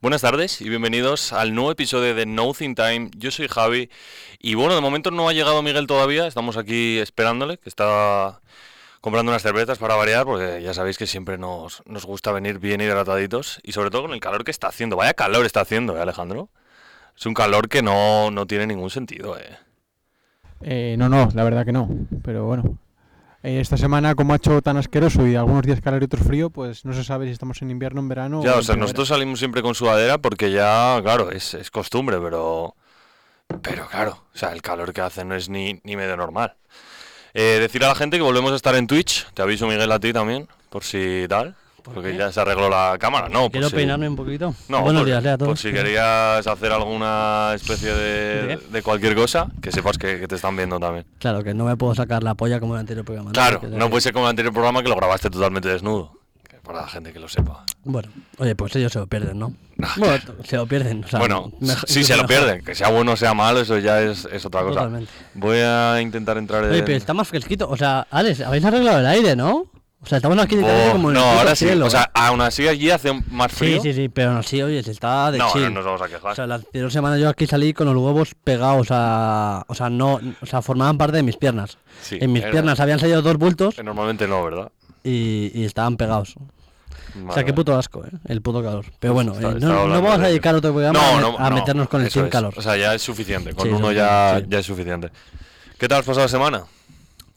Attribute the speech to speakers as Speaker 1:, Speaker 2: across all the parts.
Speaker 1: Buenas tardes y bienvenidos al nuevo episodio de Nothing Time. Yo soy Javi y bueno, de momento no ha llegado Miguel todavía, estamos aquí esperándole, que está comprando unas cervezas para variar, porque ya sabéis que siempre nos, nos gusta venir bien hidrataditos y sobre todo con el calor que está haciendo. Vaya calor está haciendo, ¿eh, Alejandro? Es un calor que no, no tiene ningún sentido, ¿eh?
Speaker 2: Eh, no, no, la verdad que no. Pero bueno. Eh, esta semana, como ha hecho tan asqueroso y algunos días calor y otros frío, pues no se sabe si estamos en invierno, en verano.
Speaker 1: Ya,
Speaker 2: en
Speaker 1: o sea,
Speaker 2: primavera.
Speaker 1: nosotros salimos siempre con sudadera porque ya, claro, es, es costumbre, pero. Pero claro, o sea, el calor que hace no es ni, ni medio normal. Eh, decir a la gente que volvemos a estar en Twitch, te aviso Miguel a ti también, por si tal, porque ya se arregló la cámara, ¿no? por
Speaker 3: Quiero
Speaker 1: si-
Speaker 3: peinarme un poquito.
Speaker 1: Pues No,
Speaker 3: Buenos
Speaker 1: por,
Speaker 3: días, Lea, a todos.
Speaker 1: por si querías hacer alguna especie de,
Speaker 3: ¿De
Speaker 1: de cualquier cosa, que sepas que, que te están viendo también.
Speaker 3: Claro, que no me puedo sacar la polla como en el anterior programa. ¿no?
Speaker 1: Claro,
Speaker 3: Que-
Speaker 1: no puede ser como el anterior programa que lo grabaste totalmente desnudo, que para la gente que lo sepa.
Speaker 3: Bueno, oye, pues ellos se lo pierden, ¿no?
Speaker 1: No,
Speaker 3: Bueno, se lo pierden. O sea,
Speaker 1: bueno,
Speaker 3: mejor-
Speaker 1: si se lo
Speaker 3: mejor.
Speaker 1: pierden, que sea bueno o sea malo, eso ya es, es otra cosa.
Speaker 3: Totalmente.
Speaker 1: Voy a intentar entrar en...
Speaker 3: Oye, pero está más fresquito. O sea, Alex, habéis arreglado el aire, ¿no? O sea, estamos aquí de
Speaker 1: Oh,
Speaker 3: tarde como en el
Speaker 1: no,
Speaker 3: puto
Speaker 1: ahora sí.
Speaker 3: cielo. ¿eh?
Speaker 1: O sea, aún así allí hace más
Speaker 3: sí,
Speaker 1: frío.
Speaker 3: sí, sí, pero no, sí, oye, se está de
Speaker 1: no,
Speaker 3: chill.
Speaker 1: no nos vamos a quejar.
Speaker 3: O sea, la anterior semana yo aquí salí con los huevos pegados a... O sea, no... O sea, formaban parte de mis piernas.
Speaker 1: Sí,
Speaker 3: en mis
Speaker 1: era-
Speaker 3: piernas habían salido dos bultos
Speaker 1: Que Normalmente no, ¿verdad?
Speaker 3: y, y estaban pegados. O sea,
Speaker 1: Vale,
Speaker 3: qué
Speaker 1: vale.
Speaker 3: puto asco, ¿eh? El puto calor. Pero bueno,
Speaker 1: Pues Está-
Speaker 3: eh, no,
Speaker 1: está
Speaker 3: no
Speaker 1: hablando
Speaker 3: vamos a
Speaker 1: de-
Speaker 3: dedicar otro programa a, met- a meternos con el
Speaker 1: eso
Speaker 3: team
Speaker 1: es.
Speaker 3: calor.
Speaker 1: O sea, ya es suficiente. Con
Speaker 3: Sí,
Speaker 1: uno
Speaker 3: suficiente,
Speaker 1: ya,
Speaker 3: sí.
Speaker 1: ya es suficiente. ¿Qué tal has pasado la semana?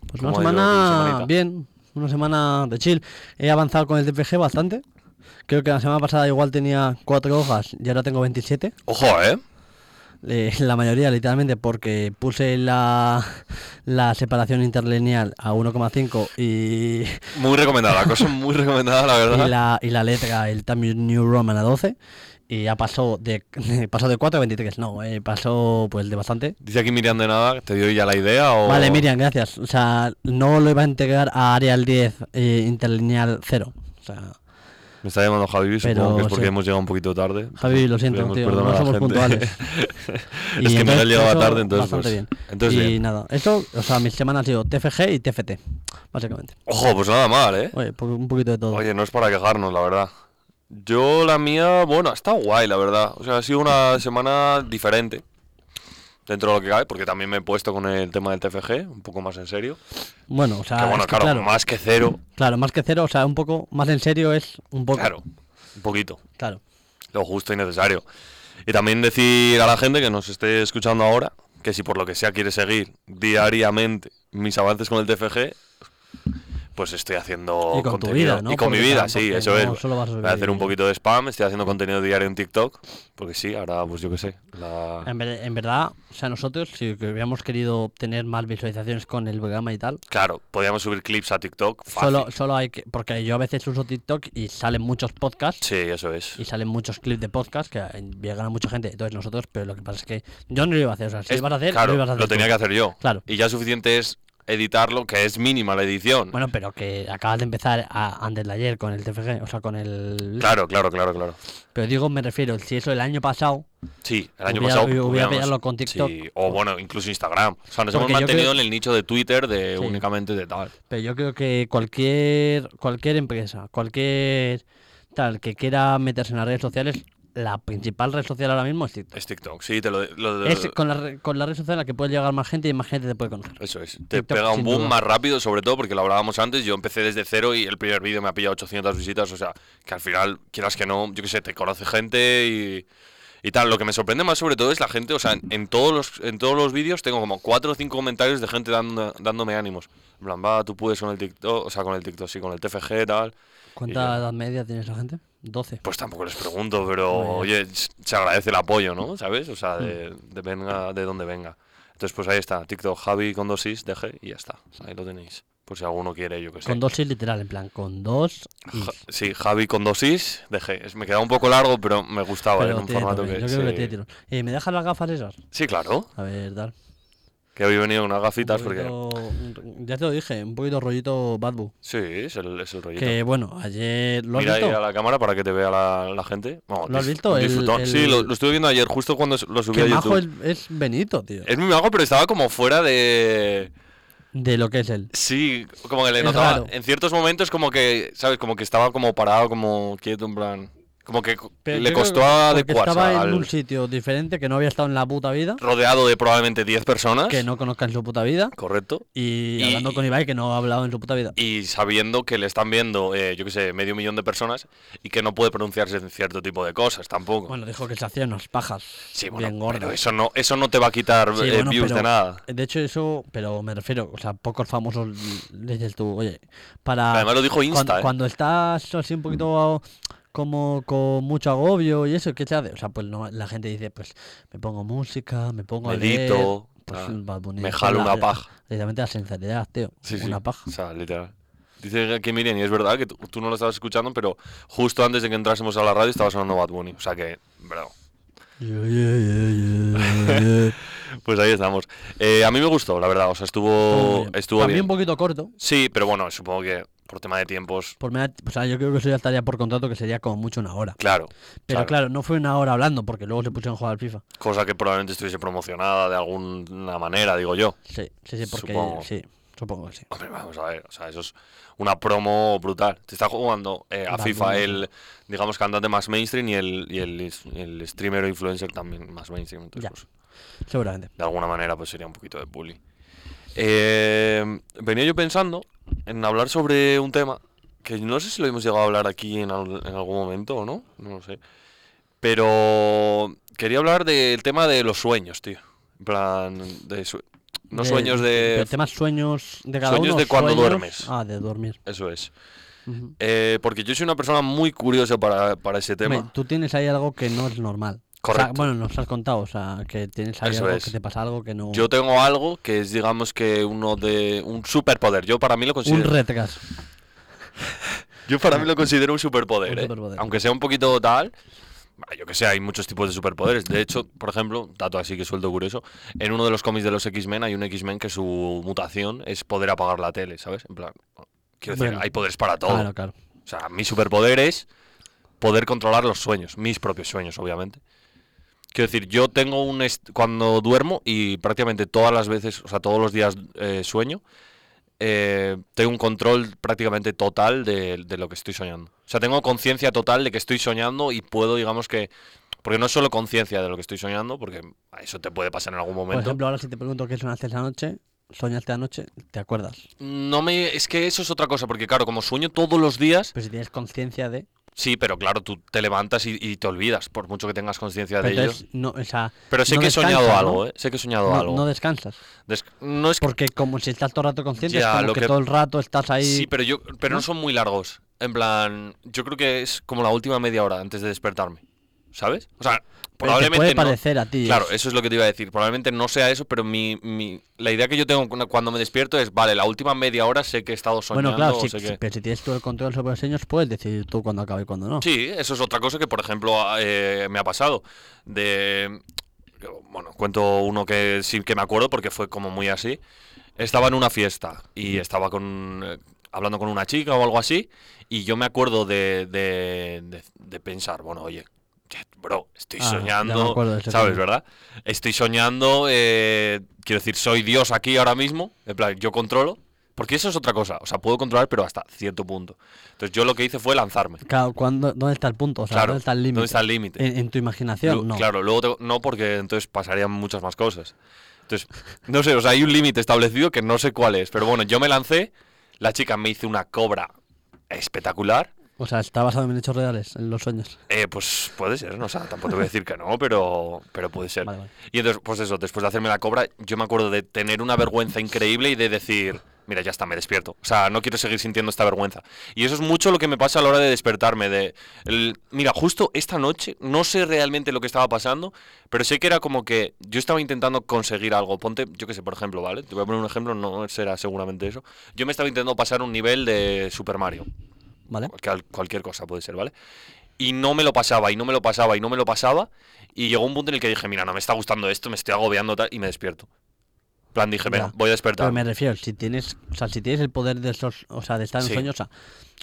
Speaker 3: pues una
Speaker 1: ¿cómo ha ido tu
Speaker 3: semana
Speaker 1: semanita?
Speaker 3: bien, una semana de chill. He avanzado con el DPG bastante. Creo que la semana pasada igual tenía cuatro hojas y ahora tengo 27.
Speaker 1: Ojo, ¿eh?
Speaker 3: Eh, la mayoría literalmente porque puse la, la separación interlineal a 1,5 y,
Speaker 1: Muy recomendada, la cosa muy recomendada, la verdad.
Speaker 3: y, la, y la letra, el Times New Roman a 12. Y ya pasó de, pasó de 4 a 23. No, eh, pasó pues de bastante.
Speaker 1: Dice aquí Miriam de nada, ¿te dio ya la idea o...?
Speaker 3: Vale, Miriam, gracias. O sea, no lo iba a integrar a Arial 10 eh, interlineal 0. O sea,
Speaker 1: Me está llamando Javi, supongo
Speaker 3: Pero,
Speaker 1: que es porque
Speaker 3: sí.
Speaker 1: hemos llegado un poquito tarde.
Speaker 3: Javi, lo siento,
Speaker 1: Pedimos
Speaker 3: tío,
Speaker 1: perdón a
Speaker 3: no
Speaker 1: la
Speaker 3: somos
Speaker 1: gente.
Speaker 3: puntuales.
Speaker 1: es que
Speaker 3: entonces,
Speaker 1: Miguel llegaba
Speaker 3: eso,
Speaker 1: tarde, entonces
Speaker 3: bastante
Speaker 1: pues...
Speaker 3: bien.
Speaker 1: Entonces
Speaker 3: y
Speaker 1: bien.
Speaker 3: nada, esto, o sea, mis semanas han sido TFG y TFT, básicamente.
Speaker 1: Ojo, pues nada mal, ¿eh?
Speaker 3: Oye, po- un poquito de todo.
Speaker 1: Oye, no es para quejarnos, la verdad. Yo la mía, bueno, está guay, la verdad. O sea, ha sido una semana diferente dentro de lo que cabe, porque también me he puesto con el tema del TFG, un poco más en serio.
Speaker 3: bueno, o sea,
Speaker 1: que bueno,
Speaker 3: Ah, es que
Speaker 1: claro,
Speaker 3: claro,
Speaker 1: más que cero,
Speaker 3: claro, más que cero, o sea, un poco más en serio es un poco.
Speaker 1: claro, un poquito,
Speaker 3: claro.
Speaker 1: lo justo y necesario. Y también decir a la gente que nos esté escuchando ahora, que si por lo que sea quiere seguir diariamente mis avances con el TFG, pues estoy haciendo
Speaker 3: Y con tu
Speaker 1: contenido.
Speaker 3: vida, ¿no?
Speaker 1: Y con
Speaker 3: Porque
Speaker 1: mi vida,
Speaker 3: tam-
Speaker 1: sí,
Speaker 3: porque
Speaker 1: eso
Speaker 3: no
Speaker 1: es.
Speaker 3: solo
Speaker 1: Voy
Speaker 3: vas a
Speaker 1: a
Speaker 3: sobrevivir.
Speaker 1: hacer un poquito de spam, estoy haciendo contenido diario en TikTok, porque sí, ahora pues yo qué sé. la-
Speaker 3: En, ver- en verdad, o sea, nosotros, si que hubiéramos querido tener más visualizaciones con el programa y tal,
Speaker 1: Claro, podíamos subir clips a TikTok. Fácil.
Speaker 3: Solo, solo hay que. Porque yo a veces uso TikTok y salen muchos podcasts.
Speaker 1: Sí, eso es.
Speaker 3: Y salen muchos clips de podcast que eh, llegan a mucha gente. Entonces nosotros, pero lo que pasa es que yo no lo iba a hacer. O sea, si
Speaker 1: Es-
Speaker 3: lo ibas a hacer,
Speaker 1: claro,
Speaker 3: lo ibas a hacer.
Speaker 1: tenía
Speaker 3: tú.
Speaker 1: que hacer yo.
Speaker 3: Claro.
Speaker 1: Y ya suficiente es editarlo, que es mínima la edición.
Speaker 3: Bueno, pero que acabas de empezar a- antes de ayer con el TFG, o sea, con el.
Speaker 1: Claro, claro, claro, claro.
Speaker 3: Pero digo, me refiero, si eso el año pasado.
Speaker 1: Sí, el año
Speaker 3: Hubiera-
Speaker 1: pasado.
Speaker 3: hubiera
Speaker 1: hubiéramos-
Speaker 3: pillado con TikTok.
Speaker 1: sí, o bueno, incluso Instagram. O sea, nos
Speaker 3: Porque
Speaker 1: hemos
Speaker 3: yo
Speaker 1: mantenido
Speaker 3: creo-
Speaker 1: en el nicho de Twitter de
Speaker 3: Sí.
Speaker 1: únicamente de tal.
Speaker 3: Pero yo creo que cualquier, cualquier empresa, cualquier tal que quiera meterse en las redes sociales, la principal red social ahora mismo es TikTok.
Speaker 1: Es TikTok, sí, te lo. lo-
Speaker 3: Es con la, re- con la red social a la que puede llegar más gente y más gente te puede conocer.
Speaker 1: Eso es. Te
Speaker 3: TikTok,
Speaker 1: pega un
Speaker 3: sin
Speaker 1: boom
Speaker 3: duda.
Speaker 1: más rápido, sobre todo porque lo hablábamos antes. Yo empecé desde cero y el primer vídeo me ha pillado 800 visitas. O sea, que al final, quieras que no, yo qué sé, te conoce gente y, y tal. Lo que me sorprende más, sobre todo, es la gente. O sea, en, en todos los en todos los vídeos tengo como 4 o 5 comentarios de gente dando- dándome ánimos. En plan, va, tú puedes con el TikTok, o sea, con el TikTok, sí, con el TFG, tal.
Speaker 3: ¿Cuánta edad media tiene esa gente? 12.
Speaker 1: Pues tampoco les pregunto, pero
Speaker 3: Muy
Speaker 1: oye, s- se agradece el apoyo, ¿no? ¿Sabes? O sea, de, de venga, de donde venga. Entonces, pues ahí está, TikTok Javi con dosis, deje y ya está. Ahí lo tenéis. Por si alguno quiere, yo que sé.
Speaker 3: Con dos is literal, en plan, con dos y...
Speaker 1: Ja- sí, Javi con dosis, deje. Es- Me quedaba un poco largo, pero me gustaba ¿eh?
Speaker 3: Pero
Speaker 1: en un
Speaker 3: tiene
Speaker 1: formato
Speaker 3: tirón,
Speaker 1: que.
Speaker 3: Yo
Speaker 1: sí.
Speaker 3: creo que tiene tirón. Eh, ¿Me dejas las gafas esas?
Speaker 1: Sí, claro.
Speaker 3: A ver, tal.
Speaker 1: Que hoy he venido con unas
Speaker 3: Un
Speaker 1: gafitas porque.
Speaker 3: poquito- Ya te lo dije, un poquito rollito Bad Boo.
Speaker 1: Sí, es el, es el rollito.
Speaker 3: Que bueno, ayer... ¿Lo has
Speaker 1: Mira ahí
Speaker 3: visto?
Speaker 1: a la cámara para que te vea la, la gente. No,
Speaker 3: ¿Lo has
Speaker 1: disf-
Speaker 3: visto? El-
Speaker 1: disfrutón. Sí,
Speaker 3: el-
Speaker 1: lo, lo estuve viendo ayer, justo cuando s- lo subí
Speaker 3: Qué
Speaker 1: a
Speaker 3: majo
Speaker 1: YouTube.
Speaker 3: es, es Benito, tío.
Speaker 1: Es muy mago, pero estaba como fuera de.
Speaker 3: De lo que es él.
Speaker 1: Sí, como que le
Speaker 3: Es
Speaker 1: notaba.
Speaker 3: raro.
Speaker 1: En ciertos momentos, como que, ¿sabes? Como que estaba como parado, como quieto, en plan. Como que
Speaker 3: Pero
Speaker 1: le
Speaker 3: yo creo
Speaker 1: costó
Speaker 3: que porque
Speaker 1: adecuarse
Speaker 3: Estaba en
Speaker 1: al-
Speaker 3: un sitio diferente que no había estado en la puta vida,
Speaker 1: rodeado de probablemente 10 personas.
Speaker 3: que no conozca en su puta vida,
Speaker 1: Correcto.
Speaker 3: y,
Speaker 1: Y-
Speaker 3: hablando con Ibai que no ha hablado en su puta vida.
Speaker 1: Y sabiendo que le están viendo, eh, yo qué sé, medio millón de personas y que no puede pronunciarse en cierto tipo de cosas tampoco.
Speaker 3: Bueno, dijo que se hacían unas pajas
Speaker 1: sí, bueno,
Speaker 3: bien gordas.
Speaker 1: pero eso no, eso no te va a quitar
Speaker 3: Sí,
Speaker 1: eh,
Speaker 3: bueno,
Speaker 1: views de
Speaker 3: pero-
Speaker 1: nada.
Speaker 3: De hecho, eso, pero me refiero, o sea, pocos famosos le dices tú, oye, para.
Speaker 1: Además lo dijo
Speaker 3: cuan-
Speaker 1: Insta,
Speaker 3: cuando,
Speaker 1: ¿eh?
Speaker 3: estás así un poquito como con mucho agobio y eso, ¿qué se hace? O sea, pues no, la gente dice, pues me pongo música, me pongo a leer.
Speaker 1: Medito,
Speaker 3: Pues,
Speaker 1: ah,
Speaker 3: Bad Bunny
Speaker 1: me
Speaker 3: dice
Speaker 1: jalo
Speaker 3: la-
Speaker 1: una
Speaker 3: la-
Speaker 1: paja.
Speaker 3: Literalmente la sinceridad, tío.
Speaker 1: Sí, sí,
Speaker 3: una paja.
Speaker 1: O sea, literal. Dice que miren, y es verdad que tú, tú no lo estabas escuchando, pero justo antes de que entrásemos a la radio estaba sonando Bad Bunny. O sea que, bravo. Pues ahí estamos. Eh, a mí me gustó, la verdad. O sea,
Speaker 3: Estuvo
Speaker 1: estuvo,
Speaker 3: bien.
Speaker 1: Oh, estuvo
Speaker 3: También un
Speaker 1: bien.
Speaker 3: poquito corto.
Speaker 1: Sí, pero bueno, supongo que por tema de tiempos,
Speaker 3: Por mera- o sea, yo creo que eso ya estaría por contrato que sería como mucho una hora.
Speaker 1: claro.
Speaker 3: Pero claro, no fue una hora hablando porque luego se pusieron a jugar al FIFA.
Speaker 1: Cosa que probablemente estuviese promocionada de alguna manera, digo yo.
Speaker 3: Sí, sí, sí, porque
Speaker 1: Supongo.
Speaker 3: sí, supongo que sí.
Speaker 1: Hombre, vamos a ver, o sea, eso es una promo brutal. Te está jugando eh, a
Speaker 3: Bad
Speaker 1: FIFA
Speaker 3: Bunny.
Speaker 1: el, digamos, cantante más mainstream y el, y el, is- el streamer o influencer también más mainstream. Entonces,
Speaker 3: Ya.
Speaker 1: pues,
Speaker 3: Seguramente.
Speaker 1: de alguna manera, pues sería un poquito de bully. Eh, venía yo pensando en hablar sobre un tema que no sé si lo hemos llegado a hablar aquí en, al- en algún momento o no, no lo sé. Pero quería hablar del tema de los sueños, tío. En plan, de sue- no
Speaker 3: De-
Speaker 1: sueños de...
Speaker 3: Eh, pero temas sueños de cada
Speaker 1: sueños
Speaker 3: uno.
Speaker 1: de cuando
Speaker 3: sueños-
Speaker 1: duermes.
Speaker 3: Ah, de dormir.
Speaker 1: Eso es.
Speaker 3: Ujú.
Speaker 1: Eh, porque yo soy una persona muy curiosa para, para ese tema.
Speaker 3: Hombre, Tú tienes ahí algo que no es normal. O sea,
Speaker 1: Correcto.
Speaker 3: bueno, nos has contado, o sea, que tienes ahí
Speaker 1: Eso
Speaker 3: algo
Speaker 1: es.
Speaker 3: que te pasa algo que no.
Speaker 1: Yo tengo algo que es, digamos, que uno de un superpoder. Yo para mí lo
Speaker 3: un
Speaker 1: considero.
Speaker 3: retraso.
Speaker 1: yo para mí lo considero un superpoder.
Speaker 3: Un
Speaker 1: ¿eh?
Speaker 3: superpoder.
Speaker 1: Aunque sea un poquito tal. bah, Yo que sé, hay muchos tipos de superpoderes. De hecho, por ejemplo, dato así que suelto curioso, en uno de los cómics de los X-Men hay un X-Men que su mutación es poder apagar la tele, ¿sabes? En plan, quiero decir,
Speaker 3: Bueno.
Speaker 1: hay poderes para todo.
Speaker 3: Claro, claro.
Speaker 1: O sea, mi superpoder es poder controlar los sueños, mis propios sueños, obviamente. Quiero decir, yo tengo un... est- Cuando duermo y prácticamente todas las veces, o sea, todos los días eh, sueño, eh, tengo un control prácticamente total de, de lo que estoy soñando. O sea, tengo conciencia total de que estoy soñando y puedo, digamos que... Porque no es solo conciencia de lo que estoy soñando, porque a eso te puede pasar en algún
Speaker 3: Por
Speaker 1: momento.
Speaker 3: ejemplo, ahora si te pregunto qué sonaste esa noche, soñaste anoche, ¿te acuerdas?
Speaker 1: No me... Es que eso es otra cosa, porque claro, como sueño todos los días,
Speaker 3: Pero si tienes conciencia de.
Speaker 1: Sí, pero claro, tú te levantas y, y te olvidas, por mucho que tengas conciencia
Speaker 3: Pero
Speaker 1: de ello.
Speaker 3: entonces, no, o sea,
Speaker 1: Pero sé
Speaker 3: no
Speaker 1: que he
Speaker 3: descansas,
Speaker 1: soñado
Speaker 3: ¿no?
Speaker 1: algo, ¿eh? Sé que he soñado
Speaker 3: no,
Speaker 1: algo.
Speaker 3: no descansas.
Speaker 1: Des- no es que...
Speaker 3: Porque como si estás todo el rato consciente,
Speaker 1: Ya,
Speaker 3: es como
Speaker 1: lo
Speaker 3: que,
Speaker 1: que-
Speaker 3: todo el rato estás ahí.
Speaker 1: Sí, pero, yo, pero no
Speaker 3: ¿no?
Speaker 1: son muy largos. En plan, yo creo que es como la última media hora antes de despertarme. ¿Sabes? O sea,
Speaker 3: Pero te
Speaker 1: probablemente
Speaker 3: puede
Speaker 1: no-
Speaker 3: parecer a ti.
Speaker 1: Claro,
Speaker 3: es-
Speaker 1: eso es lo que te iba a decir. Probablemente no sea eso, pero mi, mi- la idea que yo tengo cu- cuando me despierto es, vale, la última media hora sé que he estado soñando.
Speaker 3: Bueno, claro,
Speaker 1: o
Speaker 3: si,
Speaker 1: sé
Speaker 3: si-
Speaker 1: que...
Speaker 3: pero si tienes tú el control sobre los sueños, puedes decidir tú cuándo acaba y cuándo no.
Speaker 1: Sí, eso es otra cosa que, por ejemplo, a- eh, me ha pasado. De. Bueno, cuento uno que sí que me acuerdo porque fue como muy así. Estaba en una fiesta y estaba con. eh, hablando con una chica o algo así. Y yo me acuerdo de, de, de- de pensar, bueno, oye. Bro, estoy
Speaker 3: Ah, ya me
Speaker 1: soñando,
Speaker 3: acuerdo de ese
Speaker 1: ¿sabes,
Speaker 3: tema.
Speaker 1: verdad? Estoy soñando, eh, quiero decir, soy Dios aquí ahora mismo, en plan, yo controlo, porque eso es otra cosa, o sea, puedo controlar, pero hasta cierto punto. Entonces yo lo que hice fue lanzarme.
Speaker 3: Claro, ¿cuándo- ¿dónde está el punto? O sea,
Speaker 1: Claro,
Speaker 3: ¿dónde está el límite?
Speaker 1: ¿Dónde está el límite?
Speaker 3: ¿En, en tu
Speaker 1: Lu-
Speaker 3: imaginación? No.
Speaker 1: Claro, luego te- no, porque entonces pasarían muchas más cosas. Entonces, no sé, o sea, hay un límite establecido que no sé cuál es. Pero bueno, yo me lancé, la chica me hizo una cobra espectacular.
Speaker 3: O sea, está basado en hechos reales, en los sueños.
Speaker 1: Eh, pues puede ser, no, o sea, tampoco te voy a decir que no, pero, pero puede ser.
Speaker 3: Vale, vale.
Speaker 1: Y entonces, pues eso, después de hacerme la cobra, yo me acuerdo de tener una vergüenza increíble y de decir, mira, ya está, me despierto. O sea, no quiero seguir sintiendo esta vergüenza. Y eso es mucho lo que me pasa a la hora de despertarme, de, el- mira, justo esta noche, no sé realmente lo que estaba pasando, pero sé que era como que yo estaba intentando conseguir algo. Ponte, yo qué sé, por ejemplo, ¿vale? Te voy a poner un ejemplo, no será seguramente eso. Yo me estaba intentando pasar un nivel de Super Mario.
Speaker 3: ¿Vale?
Speaker 1: Cualquier, cualquier cosa puede ser, ¿vale? Y no me lo pasaba, y no me lo pasaba, y no me lo pasaba. Y llegó un punto en el que dije, mira, no me está gustando esto, me estoy agobiando tal, y me despierto. En plan, dije, venga,
Speaker 3: Ya.
Speaker 1: voy a
Speaker 3: Pero
Speaker 1: despertar.
Speaker 3: me refiero, si tienes, o sea, si tienes el poder de esos, o sea, de estar en
Speaker 1: Sí.
Speaker 3: sueños, o sea,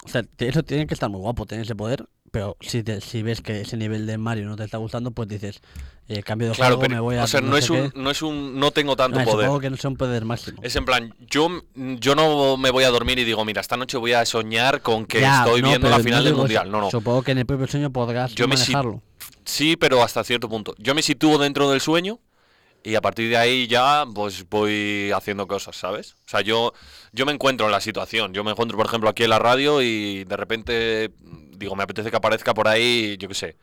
Speaker 3: o sea, te- eso tiene que estar muy guapo, tener ese poder, pero si, te- si ves que ese nivel de Mario no te está gustando, pues dices, eh, cambio de
Speaker 1: Claro,
Speaker 3: juego,
Speaker 1: pero
Speaker 3: me voy a...
Speaker 1: o sea, no,
Speaker 3: sé
Speaker 1: es un,
Speaker 3: qué.
Speaker 1: no es un no tengo tanto
Speaker 3: Ah,
Speaker 1: poder.
Speaker 3: Supongo que no es un poder máximo.
Speaker 1: Es en plan, yo, yo no me voy a dormir y digo, mira, esta noche voy a soñar con que
Speaker 3: Ya,
Speaker 1: estoy
Speaker 3: no,
Speaker 1: viendo la
Speaker 3: pero
Speaker 1: final
Speaker 3: no
Speaker 1: del
Speaker 3: digo
Speaker 1: mundial.
Speaker 3: eso.
Speaker 1: No, no.
Speaker 3: Supongo que en el propio sueño podrás
Speaker 1: Yo me si-
Speaker 3: manejarlo.
Speaker 1: Sí, pero hasta cierto punto. Yo me sitúo dentro del sueño y a partir de ahí ya pues voy haciendo cosas, ¿sabes? O sea, yo, yo me encuentro en la situación. Yo me encuentro, por ejemplo, aquí en la radio y de repente mm, digo, me apetece que aparezca por ahí, yo qué sé,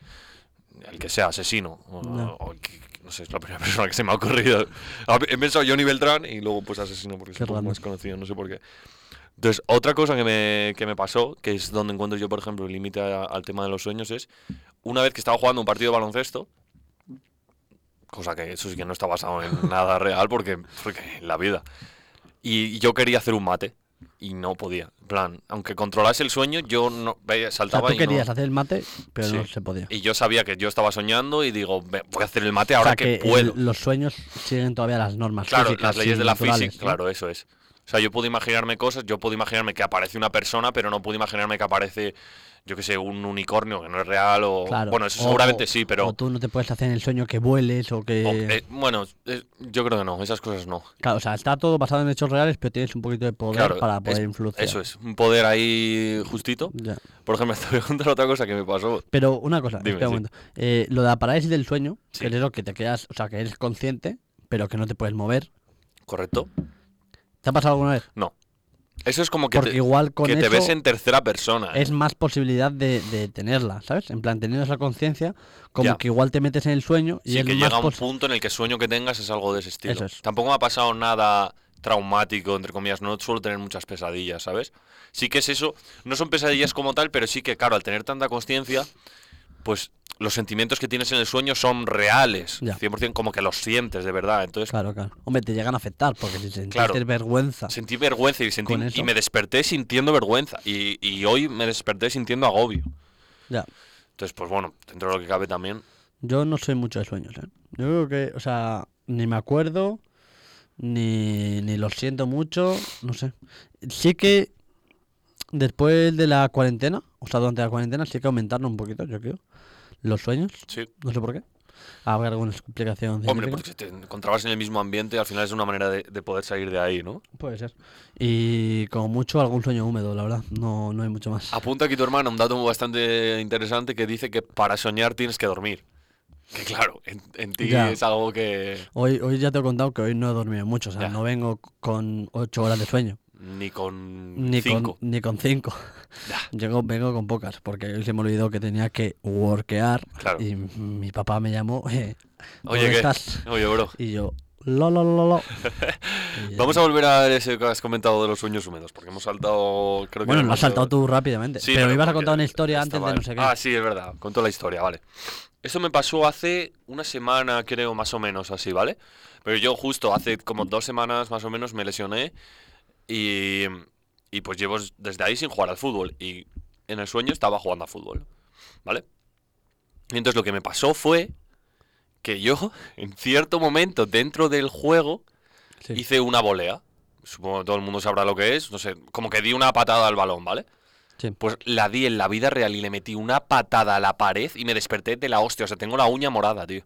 Speaker 1: el que sea, asesino. o-
Speaker 3: No.
Speaker 1: o el que- no sé, es la primera persona que se me ha ocurrido. A- He pensado Johnny Beltrán y luego pues asesino porque es
Speaker 3: Qué
Speaker 1: un poco
Speaker 3: random.
Speaker 1: más conocido, no sé por qué. Entonces, otra cosa que me, que me pasó, que es donde encuentro yo, por ejemplo, el límite a- al tema de los sueños, es una vez que estaba jugando un partido de baloncesto, cosa que eso sí que no está basado en nada real porque, porque en la vida. Y yo quería hacer un mate y no podía. En plan, aunque controlase el sueño, yo no veía-
Speaker 3: O sea,
Speaker 1: saltaba
Speaker 3: tú
Speaker 1: y no-
Speaker 3: querías hacer el mate, pero no
Speaker 1: Sí.
Speaker 3: se podía.
Speaker 1: y yo sabía que yo estaba soñando y digo, "Ve, voy a hacer el mate
Speaker 3: O
Speaker 1: ahora
Speaker 3: sea,
Speaker 1: que,
Speaker 3: que el-
Speaker 1: puedo.
Speaker 3: los sueños siguen todavía las normas
Speaker 1: Claro,
Speaker 3: físicas
Speaker 1: las leyes
Speaker 3: y
Speaker 1: de la
Speaker 3: naturales,
Speaker 1: física,
Speaker 3: ¿no?
Speaker 1: claro, eso es. O sea, yo pude imaginarme cosas, yo pude imaginarme que aparece una persona, pero no pude imaginarme que aparece, yo qué sé, un unicornio que no es real o...
Speaker 3: Claro.
Speaker 1: Bueno, eso
Speaker 3: O-
Speaker 1: seguramente
Speaker 3: o-
Speaker 1: sí, pero...
Speaker 3: O tú no te puedes hacer en el sueño que vueles o que...
Speaker 1: o- eh, bueno, eh, yo creo que no, esas cosas no.
Speaker 3: Claro, o sea, está todo basado en hechos reales, pero tienes un poquito de poder
Speaker 1: Claro,
Speaker 3: para
Speaker 1: es-
Speaker 3: poder influenciar.
Speaker 1: Eso es, un poder ahí justito.
Speaker 3: Ya.
Speaker 1: Por ejemplo, te voy a contar otra cosa que me pasó.
Speaker 3: Pero una cosa,
Speaker 1: Dime,
Speaker 3: espera un
Speaker 1: sí.
Speaker 3: momento. Eh, lo de la parálisis del sueño,
Speaker 1: Sí.
Speaker 3: que es lo que te quedas, o sea, que eres consciente, pero que no te puedes mover.
Speaker 1: ¿Correcto?
Speaker 3: ¿Te ha pasado alguna vez?
Speaker 1: No. Eso es como que
Speaker 3: Porque
Speaker 1: te,
Speaker 3: igual con
Speaker 1: que te
Speaker 3: eso
Speaker 1: ves en tercera persona. ¿eh?
Speaker 3: es más posibilidad de, de tenerla, ¿sabes? En plan, teniendo esa conciencia, como
Speaker 1: Ya.
Speaker 3: que igual te metes en el sueño y
Speaker 1: Sí,
Speaker 3: es
Speaker 1: que
Speaker 3: más
Speaker 1: llega un
Speaker 3: pos-
Speaker 1: punto en el que el sueño que tengas es algo de ese estilo.
Speaker 3: Eso es.
Speaker 1: Tampoco me ha pasado nada traumático, entre comillas. No suelo tener muchas pesadillas, ¿sabes? Sí que es eso. No son pesadillas como tal, pero sí que, claro, al tener tanta conciencia, pues los sentimientos que tienes en el sueño son reales.
Speaker 3: Ya.
Speaker 1: 100% como que los sientes de verdad. Entonces,
Speaker 3: Claro, claro. Hombre, te llegan a afectar, porque si sentiste
Speaker 1: Claro.
Speaker 3: vergüenza.
Speaker 1: sentí vergüenza y, sentí,
Speaker 3: Con eso.
Speaker 1: y me desperté sintiendo vergüenza. Y, y hoy me desperté sintiendo agobio.
Speaker 3: Ya.
Speaker 1: Entonces, pues bueno, dentro de lo que cabe también.
Speaker 3: Yo no soy mucho de sueños, ¿eh? Yo creo que, o sea, ni me acuerdo, ni, ni lo siento mucho, no sé. Sí que después de la cuarentena, o sea, durante la cuarentena, sí que aumentaron un poquito, yo creo, los sueños,
Speaker 1: Sí.
Speaker 3: no sé por qué. Habrá alguna explicación
Speaker 1: Hombre,
Speaker 3: científica?
Speaker 1: porque si te encontrabas en el mismo ambiente, al final es una manera de, de poder salir de ahí, ¿no?
Speaker 3: Puede ser. Y como mucho, algún sueño húmedo, la verdad. No, no hay mucho más.
Speaker 1: Apunta aquí tu hermana un dato bastante interesante que dice que para soñar tienes que dormir. Que claro, en, en ti
Speaker 3: Ya.
Speaker 1: es algo que
Speaker 3: Hoy, hoy ya te he contado que hoy no he dormido mucho, o sea,
Speaker 1: Ya.
Speaker 3: no vengo con ocho horas de sueño.
Speaker 1: ni con
Speaker 3: Ni
Speaker 1: cinco.
Speaker 3: con ni con cinco. Llego, vengo con pocas, porque hoy se me olvidó que tenía que workear
Speaker 1: Claro.
Speaker 3: y mi papá me llamó, eh,
Speaker 1: Oye,
Speaker 3: ¿dónde
Speaker 1: ¿qué?
Speaker 3: estás?
Speaker 1: Oye, bro.
Speaker 3: Y yo, lo, lo, lo, lo. Y, eh,
Speaker 1: Vamos a volver a ese que has comentado de los sueños húmedos, porque hemos saltado, creo que...
Speaker 3: Bueno, lo
Speaker 1: hemos-
Speaker 3: has saltado tú rápidamente,
Speaker 1: Sí,
Speaker 3: pero me ibas a
Speaker 1: porque
Speaker 3: contar una historia antes
Speaker 1: estaba-
Speaker 3: de no sé qué.
Speaker 1: Ah, sí, es verdad. Contó la historia, vale. Esto me pasó hace una semana, creo, más o menos, así, ¿vale? Pero yo justo hace como dos semanas más o menos me lesioné y, y pues llevo desde ahí sin jugar al fútbol. Y en el sueño estaba jugando a fútbol, ¿vale? Y entonces lo que me pasó fue que yo, en cierto momento dentro del juego,
Speaker 3: Sí.
Speaker 1: hice una volea. Supongo que todo el mundo sabrá lo que es. No sé, como que di una patada al balón, ¿vale?
Speaker 3: Sí.
Speaker 1: Pues la di en la vida real y le metí una patada a la pared y me desperté de la hostia. O sea, tengo la uña morada, tío.